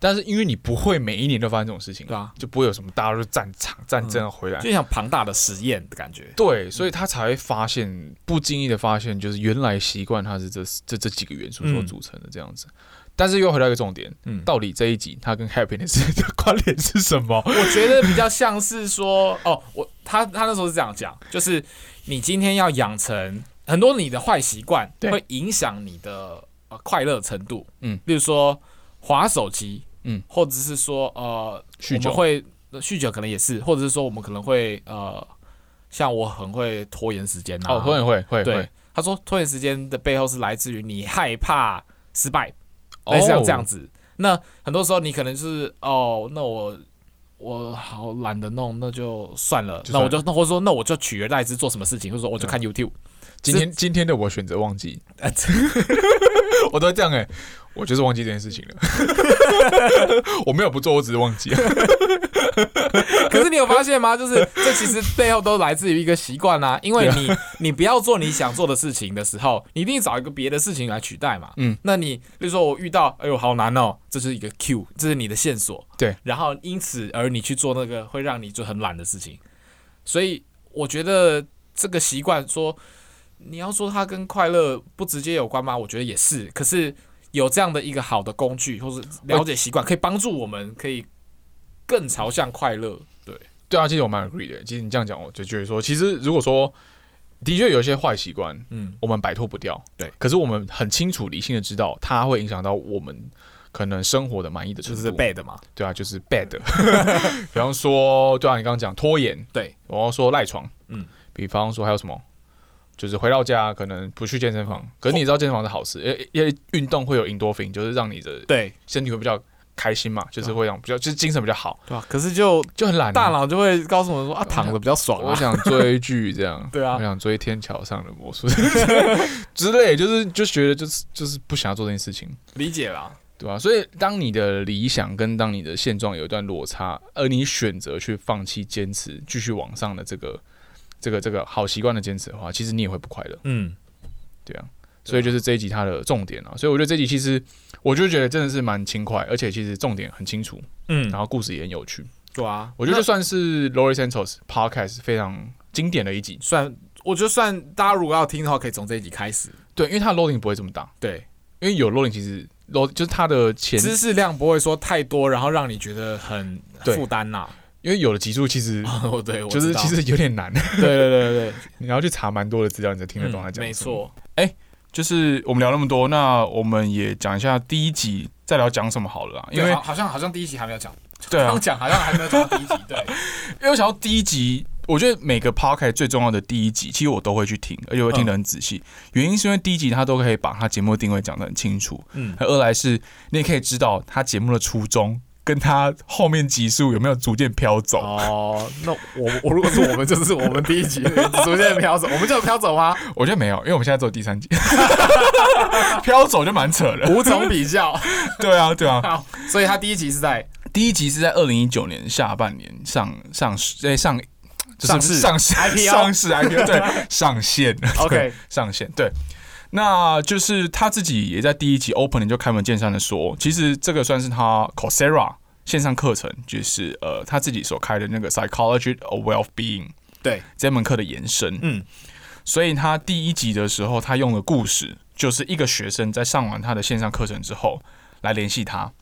B: 但是因为你不会每一年都发生这种事情，
A: 对啊，
B: 就不会有什么大陆战场战争回来。
A: 就像庞大的实验的感觉，
B: 对，所以他才会发现，不经意的发现，就是原来习惯它是这这这几个元素所
A: 嗯
B: 组成的这样子。但是又回到一个重点，
A: 嗯。
B: 到底这一集它跟 happiness 的关联是什么？
A: <laughs> 我觉得比较像是说，哦，我他他那时候是这样讲，就是你今天要养成很多你的坏习惯，
B: 对
A: 会影响你的呃快乐程度。
B: 嗯，
A: 例如说划手机，
B: 嗯，
A: 或者是说呃，
B: 酗
A: 我
B: 酒
A: 们会呃酗酒可能也是，或者是说我们可能会呃，像我很会拖延时间啊，
B: 哦，会会会
A: 对
B: 会，，
A: 他说拖延时间的背后是来自于你害怕失败，类似像这样
B: 哦。
A: 子。那很多时候你可能是哦，那我我好懒得弄，那就算了。那
B: 就算啊
A: 我就那或者说，那我就取而代之做什么事情，或者说我就看 YouTube。 <laughs>
B: 哦今天今天的我选择忘记，
A: 呃，
B: 我都会这样哎、我就是忘记这件事情
A: <laughs>
B: 了。我没有不做，我只是忘记。
A: <laughs> 可是你有发现吗？就是这其实背后都来自于一个习惯
B: <laughs>
A: 啦，因
B: 啊
A: 为你你不要做你想做的事情的时候，你一定找一个别的事情来取代嘛。
B: 嗯，
A: 那你比如说我遇到，哎呦好难哦，这是一个 Q，这是你的线索。
B: 对，
A: 然后因此而你去做那个会让你就很懒的事情，所以我觉得这个习惯说，你要说它跟快乐不直接有关吗？我觉得也是，可是。有这样的一个好的工具，或是了解习惯，可以帮助我们，可以更朝向快乐。对，
B: 对啊，其实我蛮 agree 的。其实你这样讲，我就觉得说，其实如果说的确有一些坏习惯，
A: 嗯，
B: 我们摆脱不掉，
A: 对。
B: 可是我们很清楚、理性的知道，它会影响到我们可能生活的满意的
A: 就
B: 程度。
A: 是 bad 嘛，
B: 对啊，就是
A: <laughs>
B: bad。比方说，对啊，你刚刚讲拖延，
A: 对，
B: 然后说赖床，
A: 嗯
B: 嗯，比方说还有什么？就是回到家可能不去健身
A: 嗯
B: 房，可是你知道健身房是好事，因为因为运动会有 endorphin，就是让你的
A: 对
B: 身体会比较开心嘛，就是会让比较就是精神比较好，
A: 对啊吧？可是就
B: 就很懒、啊。
A: 啊大脑就会告诉我们说啊，
B: 想
A: 躺着比较爽
B: 我
A: 啊。，
B: 想追剧这
A: <laughs>
B: 样
A: 对啊
B: 我想追《天桥上的魔术师》 <laughs> 之类，就是就觉得就是就是不想要做这件事情，
A: 理解啦，
B: 对吧、所以当你的理想跟当你的现状有一段落差，而你选择去放弃坚持，继续往上的这个这个这个好习惯的坚持的话，其实你也会不快乐，
A: 嗯，
B: 对啊。所以就是这一集它的重点啊，所以我觉得这一集其实我就觉得真的是蛮轻快，而且其实重点很清楚，
A: 嗯
B: 然后故事也很有趣，
A: 对啊，
B: 我觉得就
A: 那
B: 算是 Lori Santos podcast 非常经典的一集，
A: 算，我觉得算，大家如果要听的话，可以从这一集开始。
B: 对，因为它的 loading 不会这么大，
A: 对，
B: 因为有 loading 其实 load 就是它的前，
A: 知识量不会说太多，然后让你觉得很
B: 对
A: 负担呐。 <laughs>
B: 因为有的集数其实
A: 哦，对，我
B: 就
A: 知
B: 是
A: 道
B: 其实有点难， <laughs>
A: 对对对对
B: 你要去查蛮多的资料，你才听
A: 对，
B: 得懂他
A: 嗯
B: 讲、
A: 没。错，
B: 就是我们聊那么多，那我们也讲一下第一集再聊讲什么好了啦，因
A: 对啊
B: 为
A: 好好像好像第一集还没有讲，
B: 对啊
A: 刚，讲好像还没有讲到第一集，对，
B: 因为我想到第一集，我觉得每个 podcast 最重要的第一集，其实我都会去听，而且我会听
A: 嗯
B: 得很仔细。原因是因为第一集它都可以把它节目定位讲得很清楚，
A: <laughs> 嗯，
B: 二来是你也可以知道它节目的初衷。跟它后面集数有没有逐渐飘走？
A: 哦，那我我如果是我们，就是我们第一集 <laughs> 逐渐飘走，我们就飘走吗？
B: 我觉得没有，因为我们现在只有第三集， <laughs> 飘走就蛮扯的。
A: 无从比较，
B: 对啊，对啊，
A: 好，所以他第一集是在
B: 第一集是在二零一九年下半年上上市，哎上就是
A: 上市
B: 上市
A: IPO
B: <laughs> 上市 IPO 对
A: <laughs>
B: 上线对
A: OK，
B: 上线对。那就是他自己也在第一集 opening 就开门见山的说，其实这个算是他 Coursera 线上课程，就是呃他自己所开的那个 Psychology of Well Being
A: 对，
B: 这门课的延伸。
A: 嗯，
B: 所以他第一集的时候，他用的故事就是一个学生在上完他的线上课程之后，来联系他，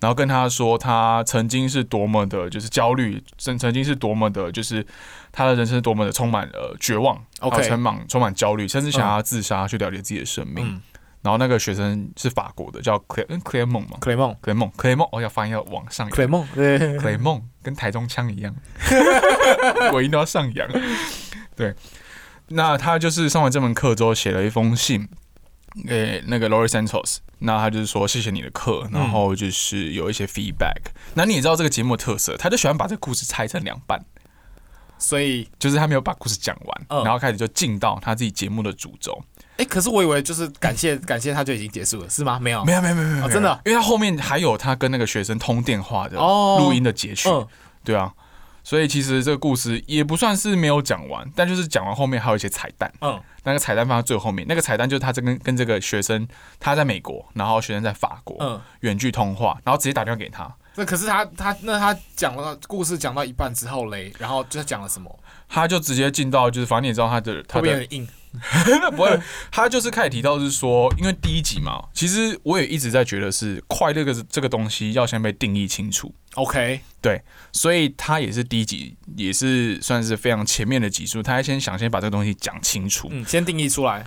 B: 然后跟他说他曾经是多么的，就是焦虑，曾曾经是多么的，就是他的人生是多么的充满呃绝望，
A: OK
B: 还有充满充满焦虑，甚至想要自杀去了解自己的生命。
A: 嗯
B: 然后那个学生是法国的，叫 Claire 嗯 Claire 梦嘛
A: 克雷梦，
B: ，Claire 梦，Claire 梦，我哦要发音要往上扬
A: 克雷梦， <laughs> 对，
B: 雷梦跟台中腔一
A: <laughs>
B: 样，我一定要上扬。对，那他就是上完这门课之后，写了一封信给那个 Lori Santos。那他就是说谢谢你的课，然后就是有一些 feedback。那你也知道这个节目的特色，他就喜欢把这个故事拆成两半，
A: 所以，
B: 就是他没有把故事讲完，
A: 嗯
B: 然后开始就进到他自己节目的主轴。
A: 哎，可是我以为就是感谢感谢他就已经结束了，是吗？没有，
B: 没有没有没有没有，
A: 哦真的
B: 因为他后面还有他跟那个学生通电话的
A: 哦
B: 录音的截取，
A: 嗯，
B: 对啊，所以其实这个故事也不算是没有讲完，但就是讲完后面还有一些彩蛋。
A: 嗯
B: 那个彩蛋放在最后面，那个彩蛋就是他这跟跟这个学生，他在美国，然后学生在法国，
A: 嗯，
B: 远、距通话，然后直接打电话给他。
A: 那可是他他那他讲了故事讲到一半之后嘞，然后就讲了什么？
B: 他就直接进到，就是反正你也知道他的他
A: 会不会有
B: 的
A: 点硬？
B: 不会，他就是开始提到是说，因为第一集嘛，其实我也一直在觉得是快乐这个这个东西要先被定义清楚，
A: OK，
B: 所以他也是第一集，也是算是非常前面的集数，他还先想先把这个东西讲清楚。
A: 嗯，先定义出来。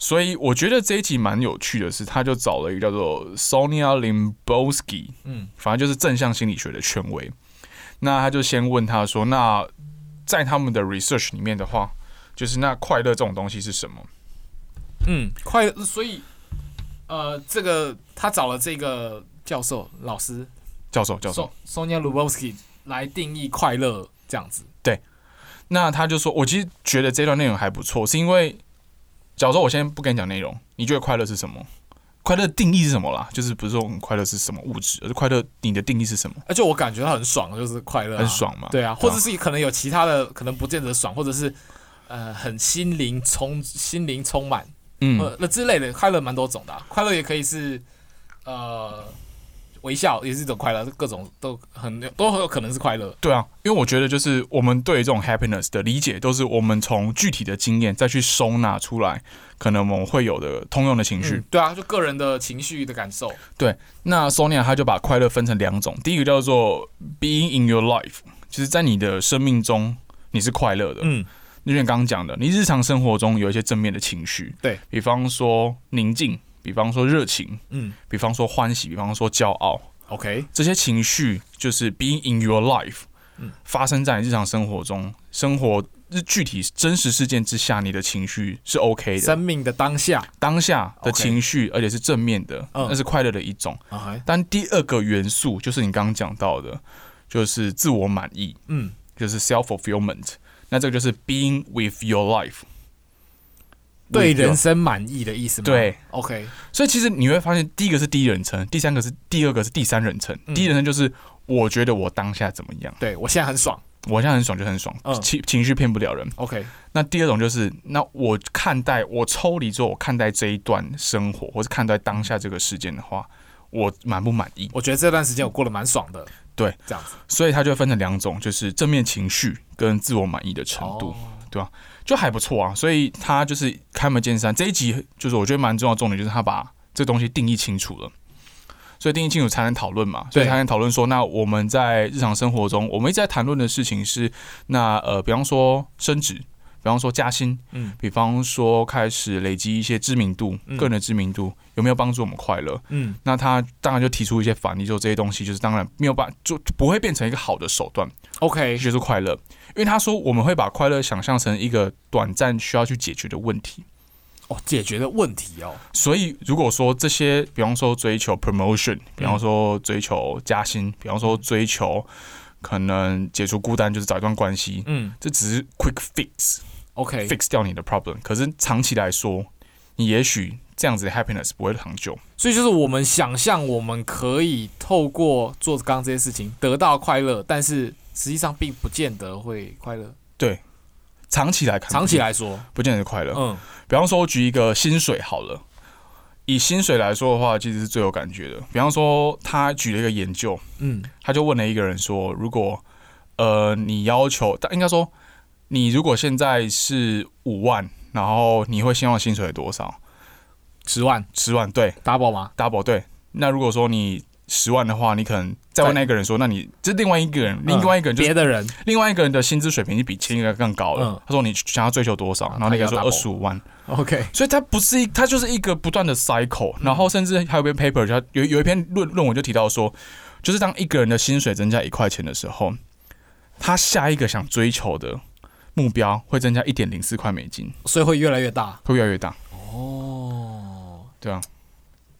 B: 所以我觉得这一集蛮有趣的是，他就找了一个叫做 Sonia Limbowski，
A: 嗯
B: 反正就是正向心理学的权威。那他就先问他说：“那在他们的 research 里面的话，就是那快乐这种东西是什么
A: 嗯，快，所以呃，这个他找了这个教授老师？”
B: 教授，教授，
A: So- Sonia Lubowski 来定义快乐这样子。
B: 那他就说：“我其实觉得这段内容还不错，是因为，假如说我先不跟你讲内容，你觉得快乐是什么？快乐的定义是什么啦？就是不是说我们快乐是什么物质，而是快乐你的定义是什么？
A: 而且我感觉到很爽，就是快乐、
B: 很。爽嘛？
A: 对啊，或者是可能有其他的，可能不见得爽，或者是呃，很心灵充心灵充满，
B: 嗯，
A: 呃，那之类的快乐蛮多种的啊、快乐也可以是呃微笑，也是一种快乐，各种都很都很有可能是快乐。
B: 对啊，因为我觉得就是我们对这种 happiness 的理解，都是我们从具体的经验再去收纳出来，可能我们会有的通用的情绪。
A: 嗯，对啊，就个人的情绪的感受。
B: 那 Sonia 她就把快乐分成两种，第一个叫做 being in your life，就是在你的生命中你是快乐的，
A: 嗯，
B: 就像刚刚讲的，你日常生活中有一些正面的情绪，
A: 对
B: 比方说宁静，比方说热情，
A: 嗯
B: 比方说欢喜，比方说骄傲，
A: ，OK，
B: 这些情绪就是 being in your life，、
A: 嗯
B: 发生在你日常生活中，生活日具体真实事件之下，你的情绪是 OK 的
A: 生，命的当下
B: 当下的
A: OK
B: 情绪而且是正面的，
A: 嗯
B: 那是快乐的一种。
A: ，OK，
B: 但第二个元素就是你刚刚讲到的，就是自我满意，
A: 嗯，
B: 就是 self fulfillment。那这个就是 being with your life，
A: 对
B: With your-
A: 人生满意的意思吗？
B: 对，
A: ，OK，
B: 所以其实你会发现，第一个是第一人称，第三个是第二个是第三人称。
A: 嗯
B: 第一人称就是我觉得我当下怎么样，
A: 对我现在很爽
B: 我现在很爽就很爽，
A: 嗯
B: 情情绪骗不了人。
A: ，OK，
B: 那第二种就是，那我看待我抽离之后，我看待这一段生活，或是看待当下这个事件的话，我满不满意？
A: 我觉得这段时间我过得蛮爽的，
B: 对，
A: 这样子
B: 所以它就会分成两种，就是正面情绪跟自我满意的程度，
A: 哦
B: 就还不错啊。所以它就是开门见山。这一集就是我觉得蛮重要的重点，就是他把这东西定义清楚了。所以定义清楚才能讨论嘛，所以
A: 对
B: 才能讨论说，那我们在日常生活中，我们一直在谈论的事情是，那呃，比方说升职，比方说加薪，
A: 嗯
B: 比方说开始累积一些知名度，
A: 嗯
B: 个人的知名度有没有帮助我们快乐？
A: 嗯
B: 那他当然就提出一些反例，说这些东西就是当然没有办就就不会变成一个好的手段，
A: ，OK，
B: 就是快乐，因为他说我们会把快乐想象成一个短暂需要去解决的问题。
A: 哦，解决的问题哦，
B: 所以，如果说这些，比方说追求 promotion，比方说追求加薪，比方说追求可能解除孤单，就是找一段关系，
A: 嗯
B: 这只是 quick fix，
A: ，OK，
B: fix 掉你的 problem。可是长期来说，你也许这样子的 happiness 不会长久。
A: 所以就是我们想象我们可以透过做刚刚这些事情得到快乐，但是实际上并不见得会快乐，
B: 长期来看，
A: 长期来说，
B: 不见得快乐。
A: 嗯
B: 比方说，我举一个薪水好了，以薪水来说的话，其实是最有感觉的。比方说，他举了一个研究，
A: 嗯
B: 他就问了一个人说：“如果呃，你要求，但应该说你如果现在是五万，然后你会希望薪水多少？
A: 十万
B: 十万，对
A: double 吗？
B: ，double 对。那如果说你十万的话，你可能再问那个人说，那你这另外一个人，另外一个
A: 嗯
B: 人就是
A: 别的人，
B: 另外一个人的薪资水平就比前一个更高了。
A: 嗯啊
B: 他说你想要追求多少，然后那个人说
A: 他
B: 二
A: 要
B: 十五万，
A: OK，
B: 所以它不是一，它就是一个不断的 cycle。然后甚至还有一篇 paper，它有有一篇论论文就提到说，就是当一个人的薪水增加一块钱的时候，他下一个想追求的目标会增加一点零四块美金，
A: 所以会越来越大。
B: 会越来越大。
A: 哦，
B: 对啊，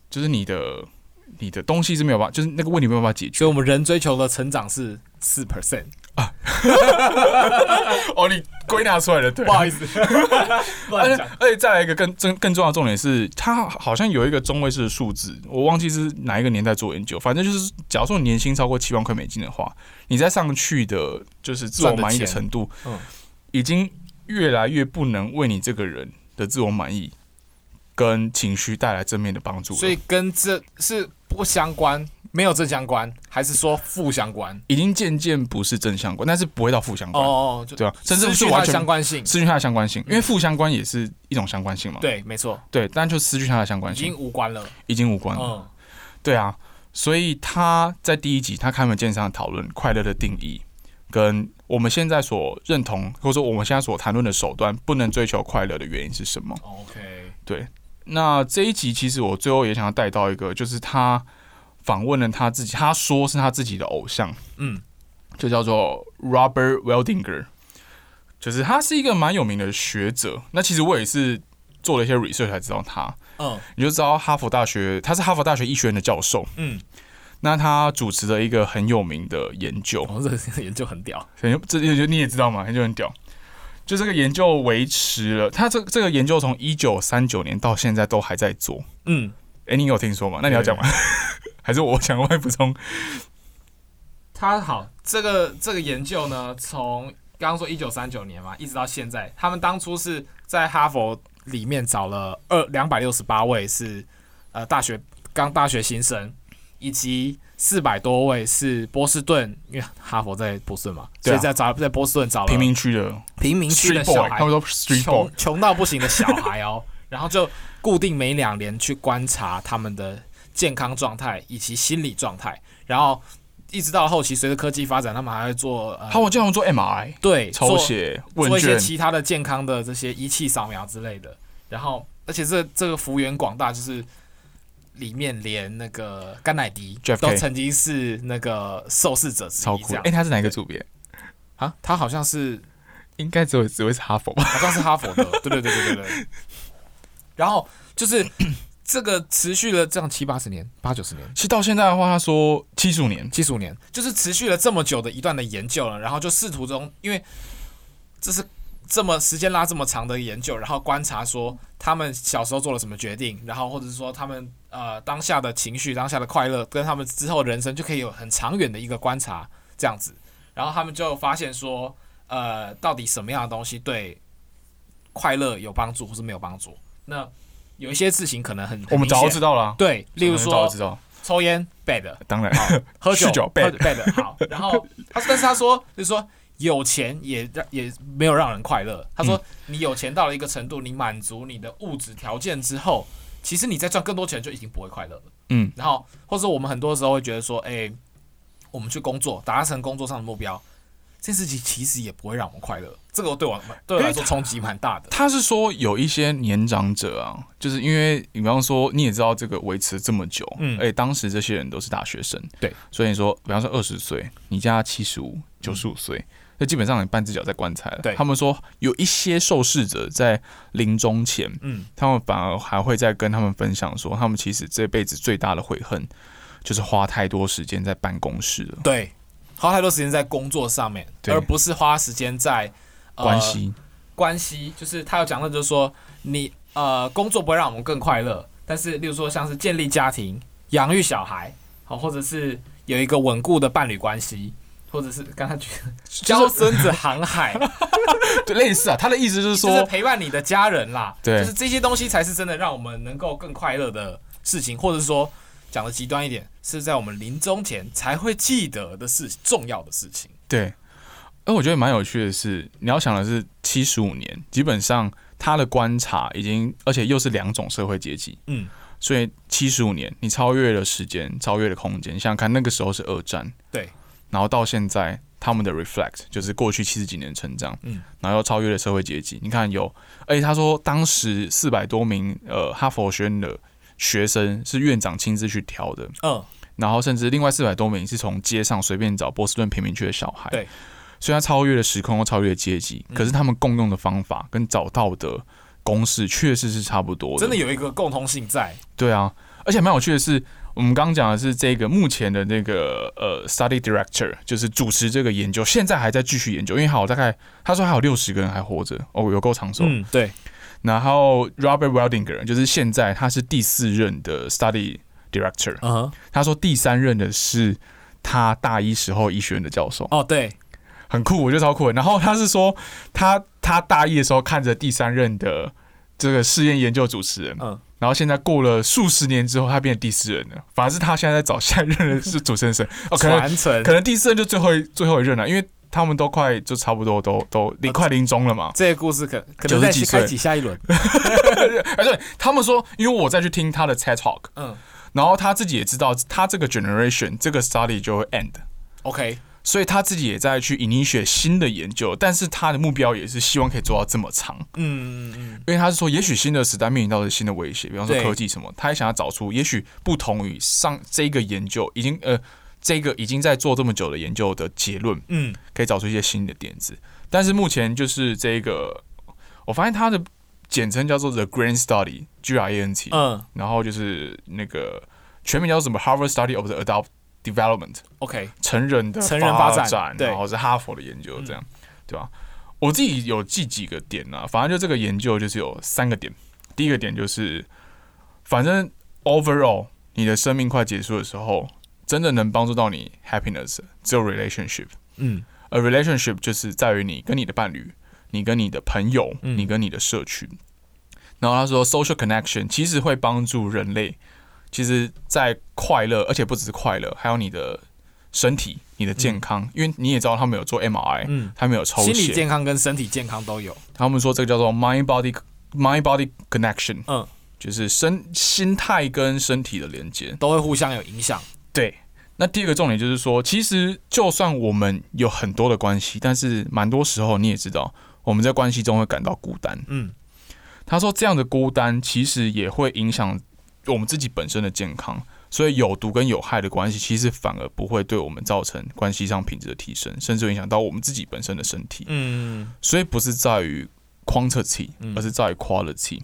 B: 就是你的你的东西是没有办法，就是那个问题没有办法解决
A: 所以我们人追求的成长是四 percent。
B: 哦。你归纳出来了，对
A: 不好意 <laughs> 思，
B: 而
A: 乱
B: 且
A: 讲。
B: 而且再来一个更更更重要的重点是，它好像有一个中位数的数字，我忘记是哪一个年代做研究，反正就是假如说你年薪超过七万块美金的话，你再上去的就是自我满意的程度，
A: 赚的钱嗯
B: 已经越来越不能为你这个人的自我满意跟情绪带来正面的帮助了，
A: 所以跟这是不相关，没有正相关，还是说负相关？
B: 已经渐渐不是正相关，但是不会到负相关，
A: 哦，就
B: 对啊，甚至不
A: 失
B: 是
A: 去它
B: 完
A: 的
B: 全
A: 相关性。
B: 失去它的相关性，因为负相关也是一种相关性嘛，
A: 对，没错，
B: 对，但就失去它的相关
A: 已
B: 性
A: 经无关了。
B: 已经无关了。
A: 嗯，对
B: 对啊，所以他在第一集他开门见山地讨论快乐的定义，跟我们现在所认同或者说我们现在所谈论的手段不能追求快乐的原因是什么？
A: 哦，OK，
B: 对，那这一集其实我最后也想要带到一个，就是他访问了他自己，他说是他自己的偶像，
A: 嗯，
B: 就叫做 Robert Weldinger，就是他是一个蛮有名的学者。那其实我也是做了一些 research 才知道他，
A: 嗯
B: 你就知道哈佛大学，他是哈佛大学医学院的教授。
A: 嗯，
B: 那他主持的一个很有名的研究，
A: 我们哦这个研究很屌。
B: 很这研究你也知道嘛，研究很屌。就这个研究维持了，他这这个研究从一九三九年到现在都还在做。
A: 嗯，
B: 哎、你有听说吗？那你要讲吗？ <laughs> 还是我想外补充？
A: 他好，这个这个研究呢，从刚刚说一九三九年嘛，一直到现在，他们当初是在哈佛里面找了二两百六十八位是呃大学刚大学新生，以及四百多位是波士顿，因为哈佛在波士顿嘛，所
B: 对啊
A: 以在找在波士顿找了
B: 贫民区的
A: 平民区的
B: street
A: 小
B: boy，
A: 孩
B: 他们，说 street boy，
A: 穷穷到不行的小孩哦， <laughs> 然后就固定每两年去观察他们的健康状态以及心理状态，然后一直到后期随着科技发展，他们还会做呃
B: 他我叫他们做 MRI
A: 对
B: 抽
A: 做
B: 血
A: 做
B: 问
A: 一些
B: 卷，
A: 其他的健康的这些仪器扫描之类的，然后而且这这个幅员广大，就是里面连那个甘乃迪
B: JFK
A: 都曾经是那个受试者之
B: 超
A: 一，
B: 酷
A: 这
B: 的。
A: 样
B: 哎、他是哪一个组别？
A: 啊，他好像是
B: 应该只有只会是哈佛吧？
A: 好像是哈佛的， <laughs> 对对对对对对。然后就是 <clears throat> 这个持续了这样七八十年、八九十年、
B: 其实到现在的话，他说七十五年，
A: 七十五年，就是持续了这么久的一段的研究了。然后就试图中，因为这是这么时间拉这么长的研究，然后观察说他们小时候做了什么决定，然后或者是说他们呃当下的情绪、当下的快乐，跟他们之后的人生就可以有很长远的一个观察这样子。然后他们就发现说，呃，到底什么样的东西对快乐有帮助，或是没有帮助？那有一些事情可能很
B: 我们早就知
A: 道，
B: 道了啊。
A: 对，例如
B: 我们早
A: 说
B: 就知道，
A: 抽烟 bad，
B: 当然。
A: 好，喝酒
B: 酗酒
A: 喝
B: bad
A: bad
B: <laughs>
A: 好。然后他说，但是他说，就是说有钱也让也没有让人快乐。他说，
B: 嗯
A: 你有钱到了一个程度，你满足你的物质条件之后，其实你再赚更多钱就已经不会快乐了。
B: 嗯，
A: 然后或者我们很多时候会觉得说，哎、我们去工作，达成工作上的目标，这件事情其实也不会让我们快乐。这个对我对我来说冲击蛮大的。
B: 他是说有一些年长者啊，就是因为你比方说你也知道这个维持这么久，
A: 嗯
B: 而且当时这些人都是大学生，
A: 对，嗯
B: 所以你说比方说二十岁，你加七十五、九十五岁，那基本上你半只脚在棺材了。
A: 对
B: 他们说有一些受试者在临终前，
A: 嗯，
B: 他们反而还会再跟他们分享说，他们其实这辈子最大的悔恨就是花太多时间在办公室了，
A: 对，花太多时间在工作上面，
B: 对
A: 而不是花时间在、呃
B: 关系
A: 关系，就是他有讲到，就是说你呃工作不会让我们更快乐，但是例如说像是建立家庭、养育小孩，好、或者是有一个稳固的伴侣关系，或者是 <laughs> 刚才举教孙子航 <laughs> 海，
B: 对类似啊。他的意思就是
A: 就是
B: 说，
A: 陪伴你的家人啦，
B: 对
A: 就是这些东西才是真的让我们能够更快乐的事情，或者说讲的极端一点，是在我们临终前才会记得的事，重要的事情。
B: 对，而我觉得蛮有趣的是，你要想的是七十五年，基本上他的观察已经，而且又是两种社会阶级，
A: 嗯，
B: 所以七十五年你超越了时间，超越了空间。想想看，那个时候是二战，
A: 对，
B: 然后到现在他们的 reflect 就是过去七十几年的成长，
A: 嗯，
B: 然后又超越了社会阶级。你看有，而且他说当时四百多名呃哈佛学院的学生是院长亲自去挑的，
A: 嗯，
B: 然后甚至另外四百多名是从街上随便找波士顿贫民区的小孩。
A: 对，嗯
B: 所以他超越了时空，又超越了阶级，可是他们共用的方法跟找到的公式确实是差不多的。
A: 真的有一个共通性在，
B: 对啊，而且蛮有趣的是，我们刚刚讲的是这个目前的那个呃 study director，就是主持这个研究，现在还在继续研究，因为还有大概他说还有六十个人还活着，哦，有够长寿。
A: 嗯，对，
B: 然后 Robert Weldinger 就是现在他是第四任的 study director，
A: 嗯哼，
B: 他说第三任的是他大一时候医学院的教授，
A: 哦，对，
B: 很酷，我觉得超酷的。然后他是说他他大一的时候看着第三任的这个试验研究主持人，
A: 嗯，
B: 然后现在过了数十年之后，他变成第四任了。反而是他现在在找下一任的是 <laughs> 主持人谁？哦，可能
A: 传承
B: 可能第四任就最后一最后一任了，因为他们都快就差不多都都临快临终了嘛。
A: 这个故事可可能再
B: 90几
A: 去
B: 岁
A: 开启下一
B: <laughs>
A: 轮，
B: 而且哎他们说，因为我再去听他的 TED Talk，
A: 嗯
B: 然后他自己也知道他这个 generation 这个 study 就会 end。
A: ，OK，
B: 所以他自己也在去 initiate 新的研究，但是他的目标也是希望可以做到这么长，
A: 嗯嗯嗯，
B: 因为他是说，也许新的时代面临到的新的威胁，比方说
A: 对
B: 科技什么，他也想要找出，也许不同于上这个研究已经呃这个已经在做这么久的研究的结论，
A: 嗯，
B: 可以找出一些新的点子。但是目前就是这个，我发现它的简称叫做 The Grand Study（G R A N T），、
A: 嗯
B: 然后就是那个全名叫做什么 Harvard Study of the Adult Development。
A: ，OK，
B: 成人的
A: 成人
B: 发
A: 发展对嗯
B: 然后是哈佛的研究，这样、对吧、我自己有记几个点啊，反正就这个研究就是有三个点。第一个点就是，反正 overall 你的生命快结束的时候，真的能帮助到你 happiness 只有 relationship，
A: 嗯
B: 而 relationship 就是在于你跟你的伴侣、你跟你的朋友、
A: 嗯
B: 你跟你的社群。然后他说，social connection 其实会帮助人类，其实在快乐，而且不只是快乐，还有你的身体、你的健康，因为你也知道他们有做 MRI，、
A: 嗯，
B: 他们有抽
A: 心理
B: 血，
A: 健康跟身体健康都有，
B: 他们说这个叫做 mind body mind body connection，
A: 嗯，
B: 就是身心态跟身体的连接。
A: 都会互相有影响，
B: 对，那第二个重点就是说，其实就算我们有很多的关系，但是蛮多时候你也知道，我们在关系中会感到孤单。
A: 嗯
B: 他说，这样的孤单其实也会影响我们自己本身的健康，所以有毒跟有害的关系，其实反而不会对我们造成关系上品质的提升，甚至会影响到我们自己本身的身体。
A: 嗯
B: 所以不是在于 quantity，
A: 嗯
B: 而是在于 quality。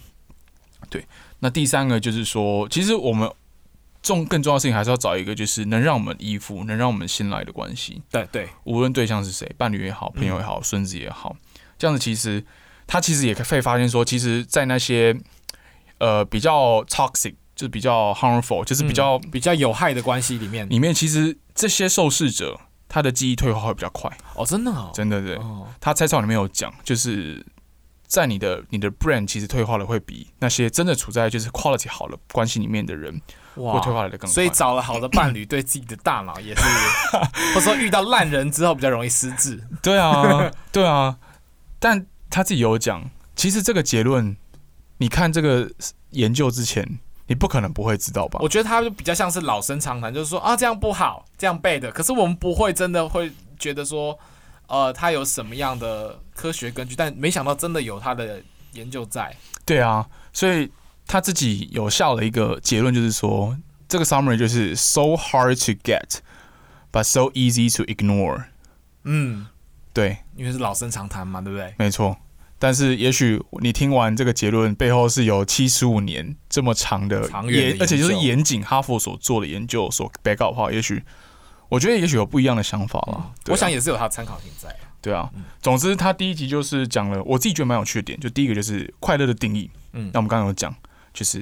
B: 对，那第三个就是说，其实我们重更重要的事情还是要找一个就是能让我们依附、能让我们信赖的关系，
A: 对对，
B: 无论对象是谁，伴侣也好、朋友也好、孙子也好，这样子其实他其实也可以发现说，其实，在那些呃比较 toxic，就是比较 harmful，就是比较、
A: 比较有害的关系里面，
B: 里面，其实这些受试者他的记忆退化会比较快，
A: 哦，真的哦，
B: 真的对。
A: 哦，
B: 他摘抄里面有讲，就是在你的你的 brand 其实退化了，会比那些真的处在就是 quality 好的关系里面的人会
A: 哇
B: 退化来的更快。
A: 所以找了好的伴侣，对自己的大脑
B: <laughs>
A: 也是，或者说遇到烂人之后比较容易失智。
B: 对啊， <laughs> 对啊，但他自己有讲，其实这个结论，你看这个研究之前，你不可能不会知道吧
A: 我？觉得他就比较像是老生常谈，就是说啊这样不好，这样背的。可是我们不会真的会觉得说，呃，他有什么样的科学根据？但没想到真的有他的研究在。
B: 对啊，所以他自己有下了一个结论，就是说这个 summary 就是 so hard to get。But so easy to ignore，
A: 嗯，
B: 对，
A: 因为是老生常谈嘛，对不对？
B: 没错，但是也许你听完这个结论背后是有七十五年这么长的
A: 长远的
B: 严
A: 研究
B: 而且就是严谨哈佛所做的研究所 back up 的话，也许我觉得也许有不一样的想法啦。
A: 嗯
B: 对啊
A: 我想也是有嗯他的参考性在。
B: 对啊，总之他第一集就是讲了我自己觉得蛮有趣的点，就第一个就是快乐的定义。
A: 嗯
B: 那我们刚刚有讲，就是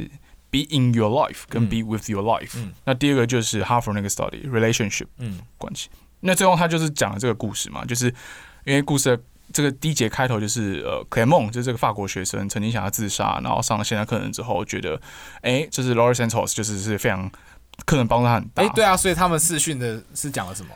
B: be in your life 跟
A: 嗯
B: be with your life。
A: 嗯
B: 那第二个就是哈佛那个 study relationship。
A: 嗯
B: 关系。那最后他就是讲了这个故事嘛，就是因为故事的这个第一节开头就是呃，克莱蒙就是这个法国学生曾经想要自杀，然后上了现代课程之后，觉得哎、就是 Laura Santos 就是是非常课程帮助他很大。
A: 哎、对啊，所以他们试训的是讲了什么？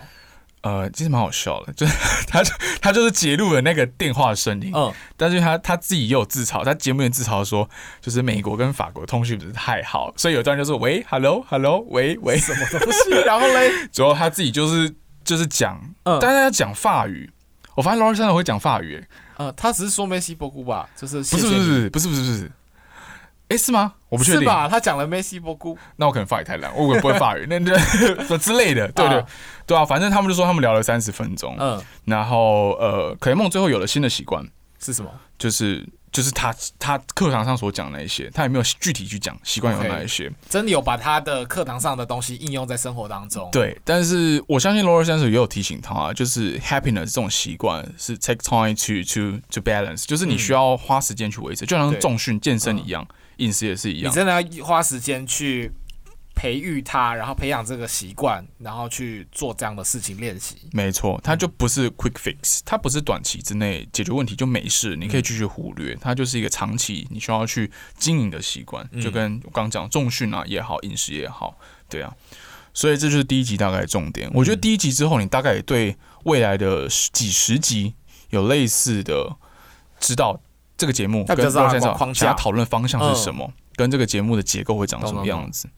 B: 呃，其实蛮好笑的，就是 <laughs> 他就他就是截录了那个电话的声音，
A: 嗯，
B: 但是他他自己也有自嘲，他节目也自嘲说，就是美国跟法国通讯不是太好，所以有段就是喂，hello hello，喂喂，
A: 什么东西？ <laughs> 然后嘞，
B: 主要他自己就是就是讲，
A: 嗯
B: 但是他讲法语，我发现 Laura 真的会讲法语、欸
A: <laughs> 呃，他只是说梅西博古吧，就是
B: 不
A: 谢谢
B: 是不
A: 你
B: 是不是不是不是不是，哎、是吗？我不确
A: 是
B: 定，
A: 吧？他讲了梅西博古，
B: 那我可能法语太烂，我可能不会 <laughs> 法语，那这之类的，对对、
A: 啊
B: 对啊，反正他们就说他们聊了三十分钟，
A: 嗯，
B: 然后呃，可雷梦最后有了新的习惯，
A: 是什么？
B: 就是就是他他课堂上所讲的那一些，他也没有具体去讲习惯有
A: OK
B: 哪一些。
A: 真的有把他的课堂上的东西应用在生活当中。，
B: 对，但是我相信 Laura 先生也有提醒他、啊，就是 happiness 这种习惯是 take time to to to balance，就是你
A: 嗯
B: 需要花时间去维持，就像
A: 对嗯
B: 重训、健身一样，饮食也是一
A: 你
B: 样。
A: 真的要花时间去培育他，然后培养这个习惯，然后去做这样的事情练习。
B: 没错，它
A: 嗯
B: 就不是 quick fix，它不是短期之内解决问题就没事，你可以继续忽
A: 嗯
B: 略，它就是一个长期你需要去经营的习惯，
A: 嗯
B: 就跟我刚讲重训啊也好，饮食也好，对啊，所以这就是第一集大概的重
A: 嗯
B: 点。我觉得第一集之后，你大概也对未来的十几十集有类似的知道这个节目
A: 那
B: 跟
A: 比较知道它
B: 先
A: 的框
B: 生
A: 架嗯
B: 其他讨论方向是什么，跟这个节目的结构会长什
A: 懂
B: 么
A: 懂懂
B: 样子。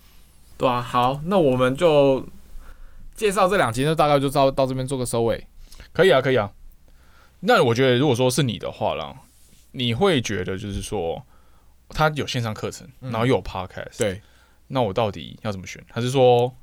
A: 对啊，好，那我们就介绍这两集，就大概就到到这边做个收尾。
B: 可以啊，可以啊。那我觉得，如果说是你的话啦，你会觉得就是说，他有线上课程，然后又有 podcast，、
A: 嗯对，
B: 那我到底要怎么选？还是说，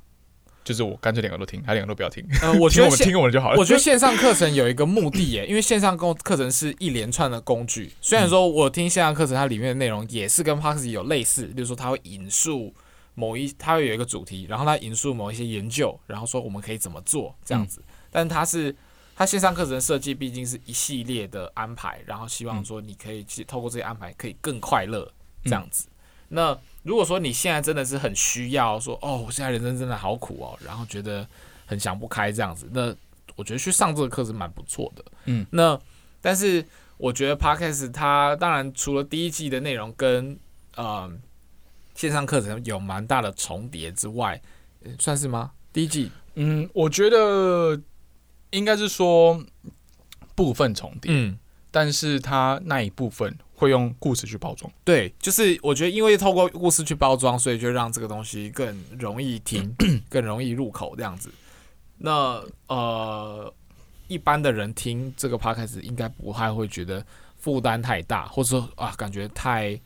B: 就是我干脆两个都听，还两个都不要听？
A: 呃，我觉 <laughs>
B: <laughs> 听
A: 得
B: 我们
A: 现
B: 听我们就好了。
A: 我觉得线上课程有一个目的耶，因为线上工课程是一连串的工具。虽然说我听线上课程，它里面的内容也是跟 p o x y 有类似，比如说它会引述某一，它会有一个主题，然后它引述某一些研究，然后说我们可以怎么做这样
B: 嗯
A: 子。但它是它线上课程的设计，毕竟是一系列的安排，然后希望说你可以去透过这些安排可以更快乐这样子。那如果说你现在真的是很需要说哦，我现在人生真的好苦哦，然后觉得很想不开这样子，那我觉得去上这个课是蛮不错的。
B: 嗯，
A: 那但是我觉得 podcast 它当然除了第一季的内容跟呃线上课程有蛮大的重叠之外，呃算是吗？第一季，
B: 嗯，我觉得应该是说部分重叠，
A: 嗯，
B: 但是它那一部分会用故事去包装。
A: 对，就是我觉得因为透过故事去包装，所以就让这个东西更容易听，更容易入口这样子。那呃，一般的人听这个 podcast 应该不太会觉得负担太大，或者说啊感觉太。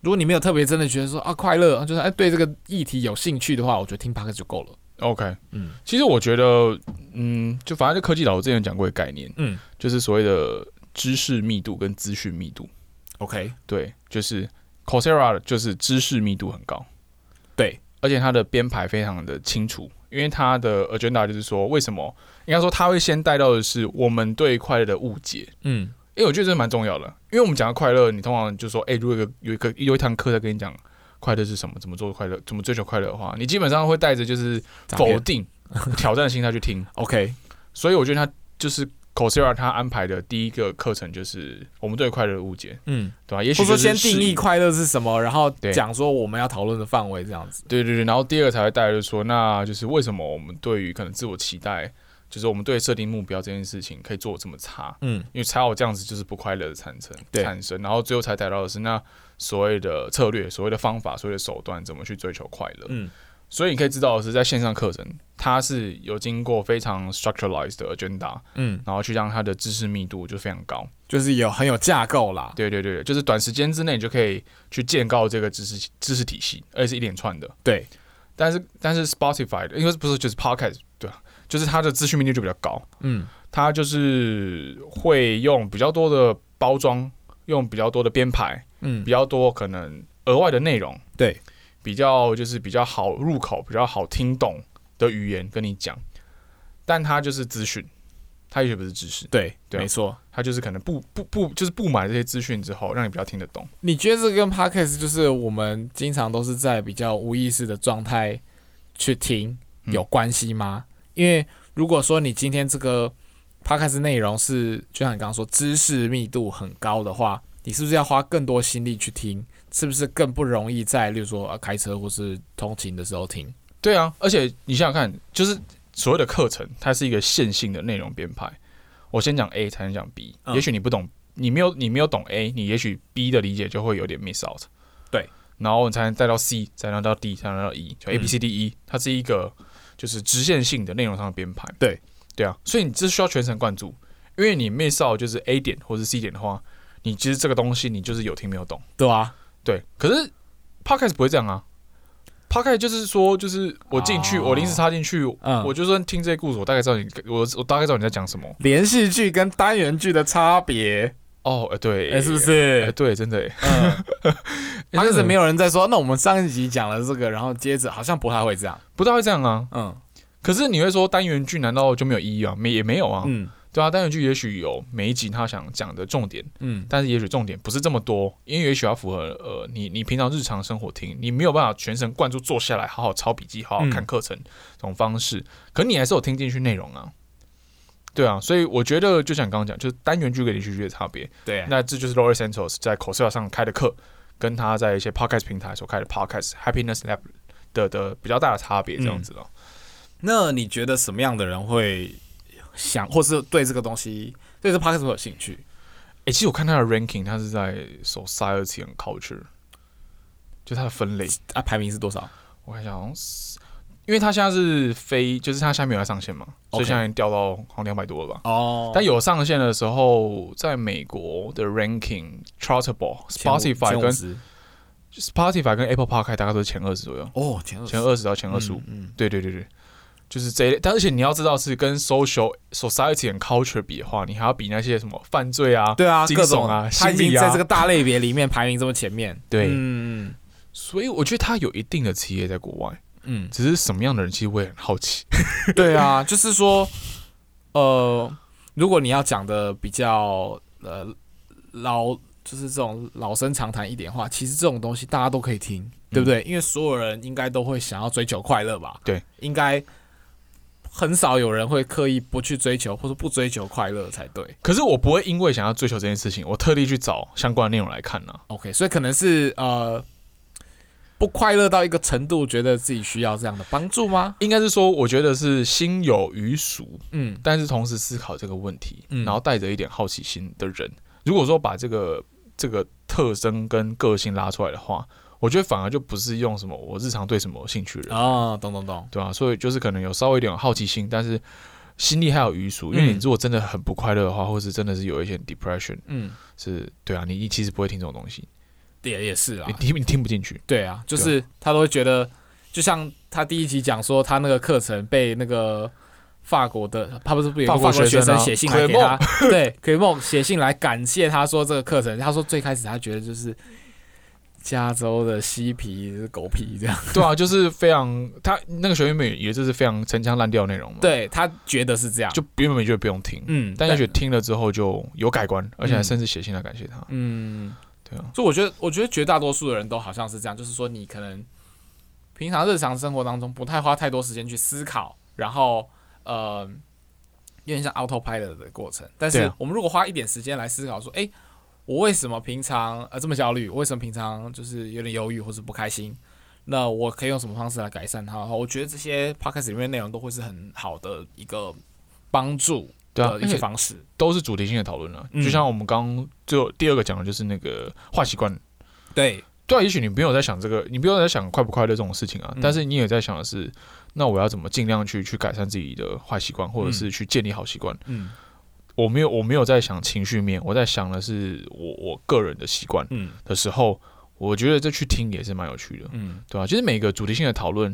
A: 如果你没有特别真的觉得说啊快乐，就是哎对这个议题有兴趣的话，我觉得听 podcast 就够了。
B: OK，
A: 嗯
B: 其实我觉得，嗯，就反正就科技岛我之前有讲过的概念，
A: 嗯
B: 就是所谓的知识密度跟资讯密度。
A: ，OK，
B: 对，就是 Coursera 就是知识密度很高，
A: 对，
B: 而且它的编排非常的清楚，因为它的 agenda 就是说，为什么应该说它会先带到的是我们对快乐的误解，
A: 嗯
B: 因为我觉得这蛮重要的，因为我们讲到快乐，你通常就说，哎、如果有一个有一个有一堂课在跟你讲。快乐是什么？怎么做快乐？怎么追求快乐的话，你基本上会带着就是
A: 诈骗
B: 否
A: <laughs>
B: 定、挑战的心态去听。
A: ，OK，
B: 所以我觉得他就是 Coursera 他安排的第一个课程就是我们对快乐的误解，
A: 嗯，
B: 对吧、也
A: 或者
B: 许
A: 说
B: 就是
A: 先定义
B: 是，
A: 快乐是什么，然后
B: 对
A: 讲说我们要讨论的范围这样子。
B: 对对对，然后第二个才会带来就是说，那就是为什么我们对于可能自我期待，就是我们对设定目标这件事情可以做得这么差，
A: 嗯，
B: 因为才有这样子就是不快乐的产生
A: 对
B: 产生，然后最后才带到的是那所谓的策略、所谓的方法、所谓的手段怎么去追求快乐，
A: 嗯，
B: 所以你可以知道的是，在线上课程它是有经过非常 structuralized 的 agenda，
A: 嗯，
B: 然后去让它的知识密度就非常高。
A: 就是有很有架构啦。
B: 对对对，就是短时间之内你就可以去建构这个知识知识体系，而且是一连串的。
A: 对，
B: 但是但是 Spotify 的，因为不是就是 Podcast 对啊，就是它的资讯密度就比较高，
A: 嗯
B: 它就是会用比较多的包装，用比较多的编排，
A: 嗯
B: 比，较多可能额外的内容，
A: 对，
B: 比较就是比较好入口、比较好听懂的语言跟你讲，但它就是资讯，它也许不是知识，
A: 对，
B: 对啊
A: 没错。
B: 它就是可能不不不就是不买这些资讯之后，让你比较听得懂。
A: 你觉得这个跟 podcast 就是我们经常都是在比较无意识的状态去听
B: 嗯
A: 有关系吗？因为如果说你今天这个 podcast 内容是就像你刚刚说知识密度很高的话，你是不是要花更多心力去听？是不是更不容易在例如说、呃、开车或是通勤的时候听？
B: 对啊，而且你想想看，就是所谓的课程，它是一个线性的内容编排。我先讲 A 才能讲 B，、
A: 嗯
B: 也许你不懂，你没有你没有懂 A，你也许 B 的理解就会有点 miss out。
A: 对，
B: 然后你才能带到 C，才能到 D，才能到 E，就 A
A: 嗯
B: B C D E，、它是一个就是直线性的内容上的编排。
A: 对，
B: 对啊，所以你这需要全神贯注，因为你 miss out 就是 A 点或是 C 点的话，你其实这个东西你就是有听没有懂。
A: 对啊，
B: 对，可是 podcast 不会这样啊。podcast 就是说，就是我进去，
A: 哦
B: 我临时插进去，
A: 嗯
B: 我就算听这些故事，我大概知道你，我我大概知道你在讲什么。
A: 连续剧跟单元剧的差别，
B: 哦，呃对，
A: 哎，是不
B: <laughs> 哎，
A: 是？
B: 对，真的，哎
A: 嗯，他就是没
B: 有，
A: 有人在说，那我们上一集讲了这个，然后接着好像不太会这样，
B: 不大会这样啊。
A: 嗯
B: 可是你会说单元剧难道就没有意义啊？没也没有啊，
A: 嗯
B: 对啊，单元剧也许有每一集他想讲的重点，
A: 嗯，
B: 但是也许重点不是这么多，因为也许要符合呃你你平常日常生活听，你没有办法全神贯注坐下来好好抄笔记、好好看课程、这种方式，可你还是有听进去内容啊。对啊，所以我觉得就像你刚刚讲，就是单元剧跟连续剧的差别，
A: 对，
B: 那这就是 Lori Santos 在 c o r s e r a 上开的课，跟他在一些 podcast 平台所开的 podcast Happiness Lab 的的比较大的差别，这样子咯。
A: 那你觉得什么样的人会想，或是对这个东西，对这 podcast 会有兴趣？
B: 诶，其实我看他的 ranking，他是在 Society and Culture，就他的分类。
A: 啊，排名是多少？
B: 我看一下，好像是，因为他现在是非，就是他现在没有在上线嘛，所
A: OK
B: 以现在掉到好像两百多了吧。
A: 哦
B: 但有上线的时候，在美国的 ranking、Chartable、Spotify 跟 Spotify 跟 Apple Park 大概都是前二十左右，
A: 哦前二
B: 前二十到前二十五。
A: 嗯，
B: 对对对对，就是这一类。但而且你要知道，是跟 social society and culture 比的话，你还要比那些什么犯罪啊，
A: 对啊，
B: 惊
A: 各种
B: 悚啊
A: 他已
B: 心
A: 经
B: 理啊
A: 在这个大类别里面排名这么前面，
B: 对
A: 嗯
B: 所以我觉得他有一定的企业在国外，
A: 嗯，
B: 只是什么样的人，其实我也很好奇。
A: 嗯对啊，就是说，呃，如果你要讲的比较呃老，就是这种老生常谈一点的话，其实这种东西大家都可以听，对不对？因为所有人应该都会想要追求快乐吧？
B: 对，
A: 应该。很少有人会刻意不去追求，或者不追求快乐才对。
B: 可是我不会因为想要追求这件事情，我特地去找相关的内容来看呢、啊
A: OK，所以可能是呃不快乐到一个程度，觉得自己需要这样的帮助吗？
B: 应该是说，我觉得是心有余俗，
A: 嗯
B: 但是同时思考这个问题，
A: 嗯
B: 然后带着一点好奇心的人，如果说把这个这个特征跟个性拉出来的话，我觉得反而就不是用什么我日常对什么有兴趣的人。
A: 哦，懂懂懂，
B: 对啊，所以就是可能有稍微一点好奇心，但是心力还有余俗，因
A: 嗯
B: 为你如果真的很不快乐的话，或是真的是有一些 depression，
A: 嗯，
B: 是对啊，你你其实不会听这种东西，
A: 也也是啊
B: 你，听你听不进去。
A: 对啊，就是他都会觉得，就像他第一集讲说，他那个课程被那个。法国的，他不是不有一个
B: 法国
A: 法国学
B: 学生
A: 生
B: 啊
A: 写信来给
B: 奎
A: 他
B: 梦，
A: 对，奎梦写信来感谢他说这个课程，他说最开始他觉得就是加州的嬉皮是狗屁这样，
B: <laughs> 对啊，就是非常他那个学员们也就是非常陈腔滥调的内容嘛，，
A: 对他觉得是这样，
B: 就原本就不用听，
A: 嗯，
B: 但也许听了之后就有改观，而且还甚至写信来感谢他。
A: 嗯，
B: 对啊，
A: 所以我觉得，我觉得绝大多数的人都好像是这样，就是说你可能平常日常生活当中不太花太多时间去思考，然后呃，有点像 autopilot 的过程。但
B: 对
A: 是
B: 啊
A: 我们如果花一点时间来思考，说，诶，我为什么平常呃这么焦虑？我为什么平常就是有点忧郁或是不开心？那我可以用什么方式来改善它？我觉得这些
B: 啊
A: podcast 里面内容都会是很好的一个帮助
B: 对啊
A: 的一些方式。
B: 都是主题性的讨论了，
A: 呃嗯
B: 就像我们刚刚最后第二个讲的就是那个坏习惯
A: 对，
B: 对啊，也许你不用在想这个，你不用在想快不快乐这种事情啊，
A: 嗯
B: 但是你也在想的是，那我要怎么尽量去去改善自己的坏习惯，或者是去建立好习惯。
A: 嗯
B: 我没有我没有在想情绪面，我在想的是我我个人的习惯
A: 嗯
B: 的时候，我觉得这去听也是蛮有趣的，
A: 嗯
B: 对吧、其实每个主题性的讨论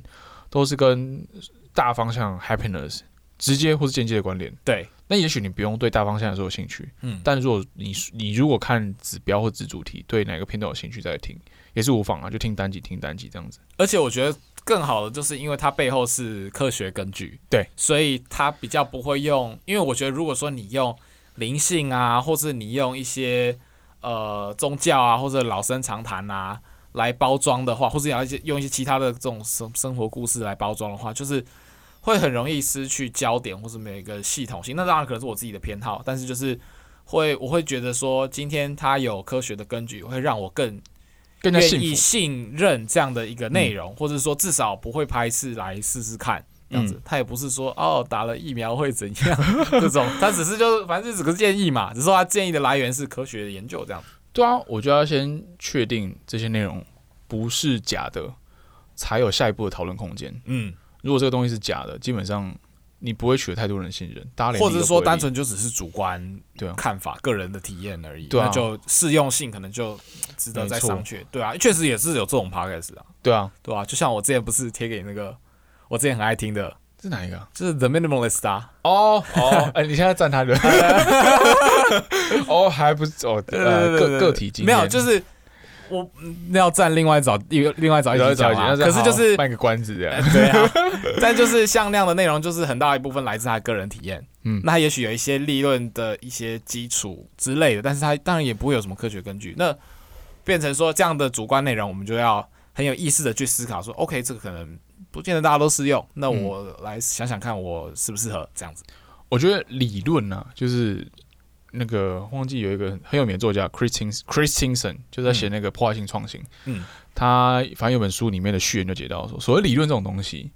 B: 都是跟大方向 happiness 直接或是间接的关联。
A: 对，
B: 那也许你不用对大方向来说有兴趣，
A: 嗯
B: 但如果你你如果看指标或指主题，对哪个片段有兴趣再听，也是无妨啊，就听单集听单集这样子。
A: 而且我觉得更好的就是因为它背后是科学根据，
B: 对，
A: 所以它比较不会用，因为我觉得如果说你用灵性啊，或是你用一些呃宗教啊，或者老生常谈啊来包装的话，或是你要一些用一些其他的这种生生活故事来包装的话，就是会很容易失去焦点或是没有一个系统性。那当然可能是我自己的偏好，但是就是会我会觉得说，今天它有科学的根据，会让我更
B: 更加
A: 愿
B: 幸
A: 意
B: 福，嗯
A: 信任这样的一个内容，或者说至少不会排斥来试试看。这样子。
B: 嗯
A: 他也不是说哦打了疫苗会怎样 <laughs> 这种，他只是就是反正就只是建议嘛，只是说他建议的来源是科学的研究这样子。
B: 对啊，我就要先确定这些内容不是假的，才有下一步的讨论空间。
A: 嗯，
B: 如果这个东西是假的，基本上你不会取得太多人的信任，大家连
A: 或
B: 理
A: 者
B: 都
A: 是说
B: 不会理
A: 单纯就只是主观
B: 对啊
A: 看法、个人的体验而已，
B: 对啊
A: 那就适用性可能就值得再
B: 没错
A: 商榷。对啊，确实也是有这种 podcast 啊，
B: 对啊，
A: 对啊，就像我之前不是贴给那个我之前很爱听的，
B: 这哪一个啊？
A: 就是 The Minimalist 啊，
B: 哦哦，哎，你现在赞他的？ <laughs> 哦，还不是哦，呃，
A: 对对对
B: 个
A: 对
B: 个体经
A: 没
B: 验
A: 有，就是我嗯那要站另外找一个另外找一
B: 了
A: 起
B: 解
A: 讲
B: 了解
A: 啊，
B: 那
A: 可是就
B: 好
A: 是
B: 卖个关子这样。
A: 对啊，但就是像那样的内容，就是很大一部分来自他个人体验。
B: 嗯
A: 那他也许有一些立论的一些基础之类的，但是他当然也不会有什么科学根据。那变成说这样的主观内容，我们就要很有意识的去思考说，OK，这个可能不见得大家都适用，那
B: 嗯
A: 我来想想看我适不适合这样子。
B: 我觉得理论呢、就是那个忘记有一个很有名的作家 Christins Christinson，就在写那个破坏性创新。
A: 嗯，
B: 他反正有本书里面的序言就解到说，所谓理论这种东西，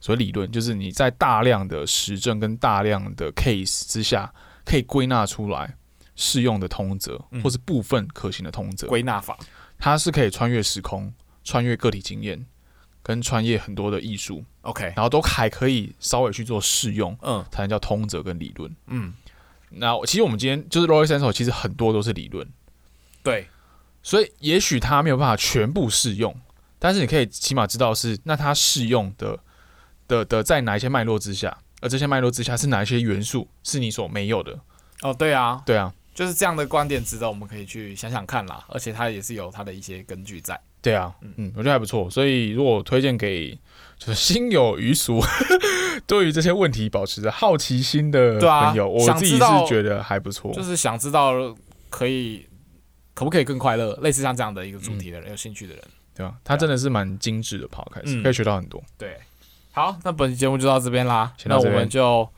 B: 所谓理论就是你在大量的实证跟大量的 case 之下，可以归纳出来适用的通则，
A: 嗯
B: 或是部分可行的通则。
A: 归纳法，
B: 它是可以穿越时空、穿越个体经验，跟穿越很多的艺术，
A: OK，
B: 然后都还可以稍微去做适用，
A: 嗯
B: 才能叫通则跟理论。
A: 嗯，
B: 那我其实我们今天就是 Roy Central，其实很多都是理论，
A: 对，
B: 所以也许它没有办法全部适用，但是你可以起码知道是那它适用的的的在哪一些脉络之下，而这些脉络之下是哪一些元素是你所没有的。
A: 哦对啊，
B: 对啊，
A: 就是这样的观点值得我们可以去想想看啦，而且它也是有它的一些根据在。
B: 对啊，
A: 嗯
B: 嗯，我觉得还不错。所以如果我推荐给就是心有余俗， <laughs> 对于这些问题保持着好奇心的
A: 对啊
B: 朋友，我
A: 想
B: 自己
A: 知
B: 是
A: 道
B: 觉得还不错。
A: 就是想知道可以可不可以更快乐，类似像这样的一个主题的人，有兴趣的人，
B: 对啊，他
A: 对啊
B: 真的是蛮精致的 podcast，、
A: 嗯
B: 可以学到很多。
A: 对，好，那本期节目就到这边啦，
B: 先
A: 那
B: 到这
A: 我
B: 边
A: 们就。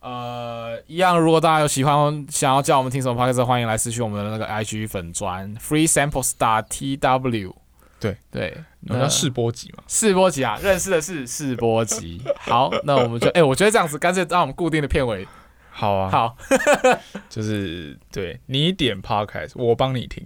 A: 呃，一样，如果大家有喜欢想要叫我们听什么 p o d c a s 欢迎来私讯我们的那个 IG 粉砖 Free Sample Star TW。
B: 对
A: 对，啊
B: 我们叫试播集嘛，
A: 试播集啊，认识的是试播集。好，那我们就哎、我觉得这样子干脆让我们固定的片尾。
B: 好啊，
A: 好，
B: 就是对你点 podcast，我帮你
A: <laughs>
B: 听。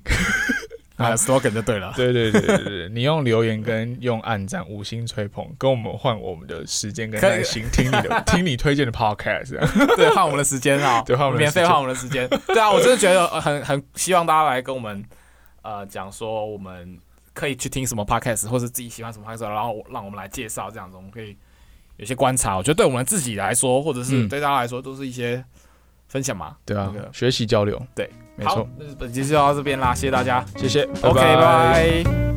A: 啊，slogan 就对了。
B: 对对对对对对，你用留言跟用暗赞五星吹捧，跟我们换我们的时间跟
A: 可以
B: 耐心听你
A: <laughs>
B: 的听你推荐的 podcast。
A: <laughs> 对，换我们的时间啊，
B: <laughs> 对换我们的
A: 免
B: 时
A: 费
B: 间
A: 换我们的时间。对啊，我真的觉得呃很很希望大家来跟我们呃讲说我们可以去听什么 podcast，或是自己喜欢什么 podcast，然后我让我们来介绍这样子，我们可以有些观察。我觉得对我们自己来说，或者是
B: 嗯
A: 对大家来说，都是一些分享嘛。
B: 对啊
A: 那，个
B: 学习交流，
A: 对，
B: 没
A: 好
B: 错，，
A: 那本期就到这边啦，谢谢大家。
B: 谢谢
A: OK，拜。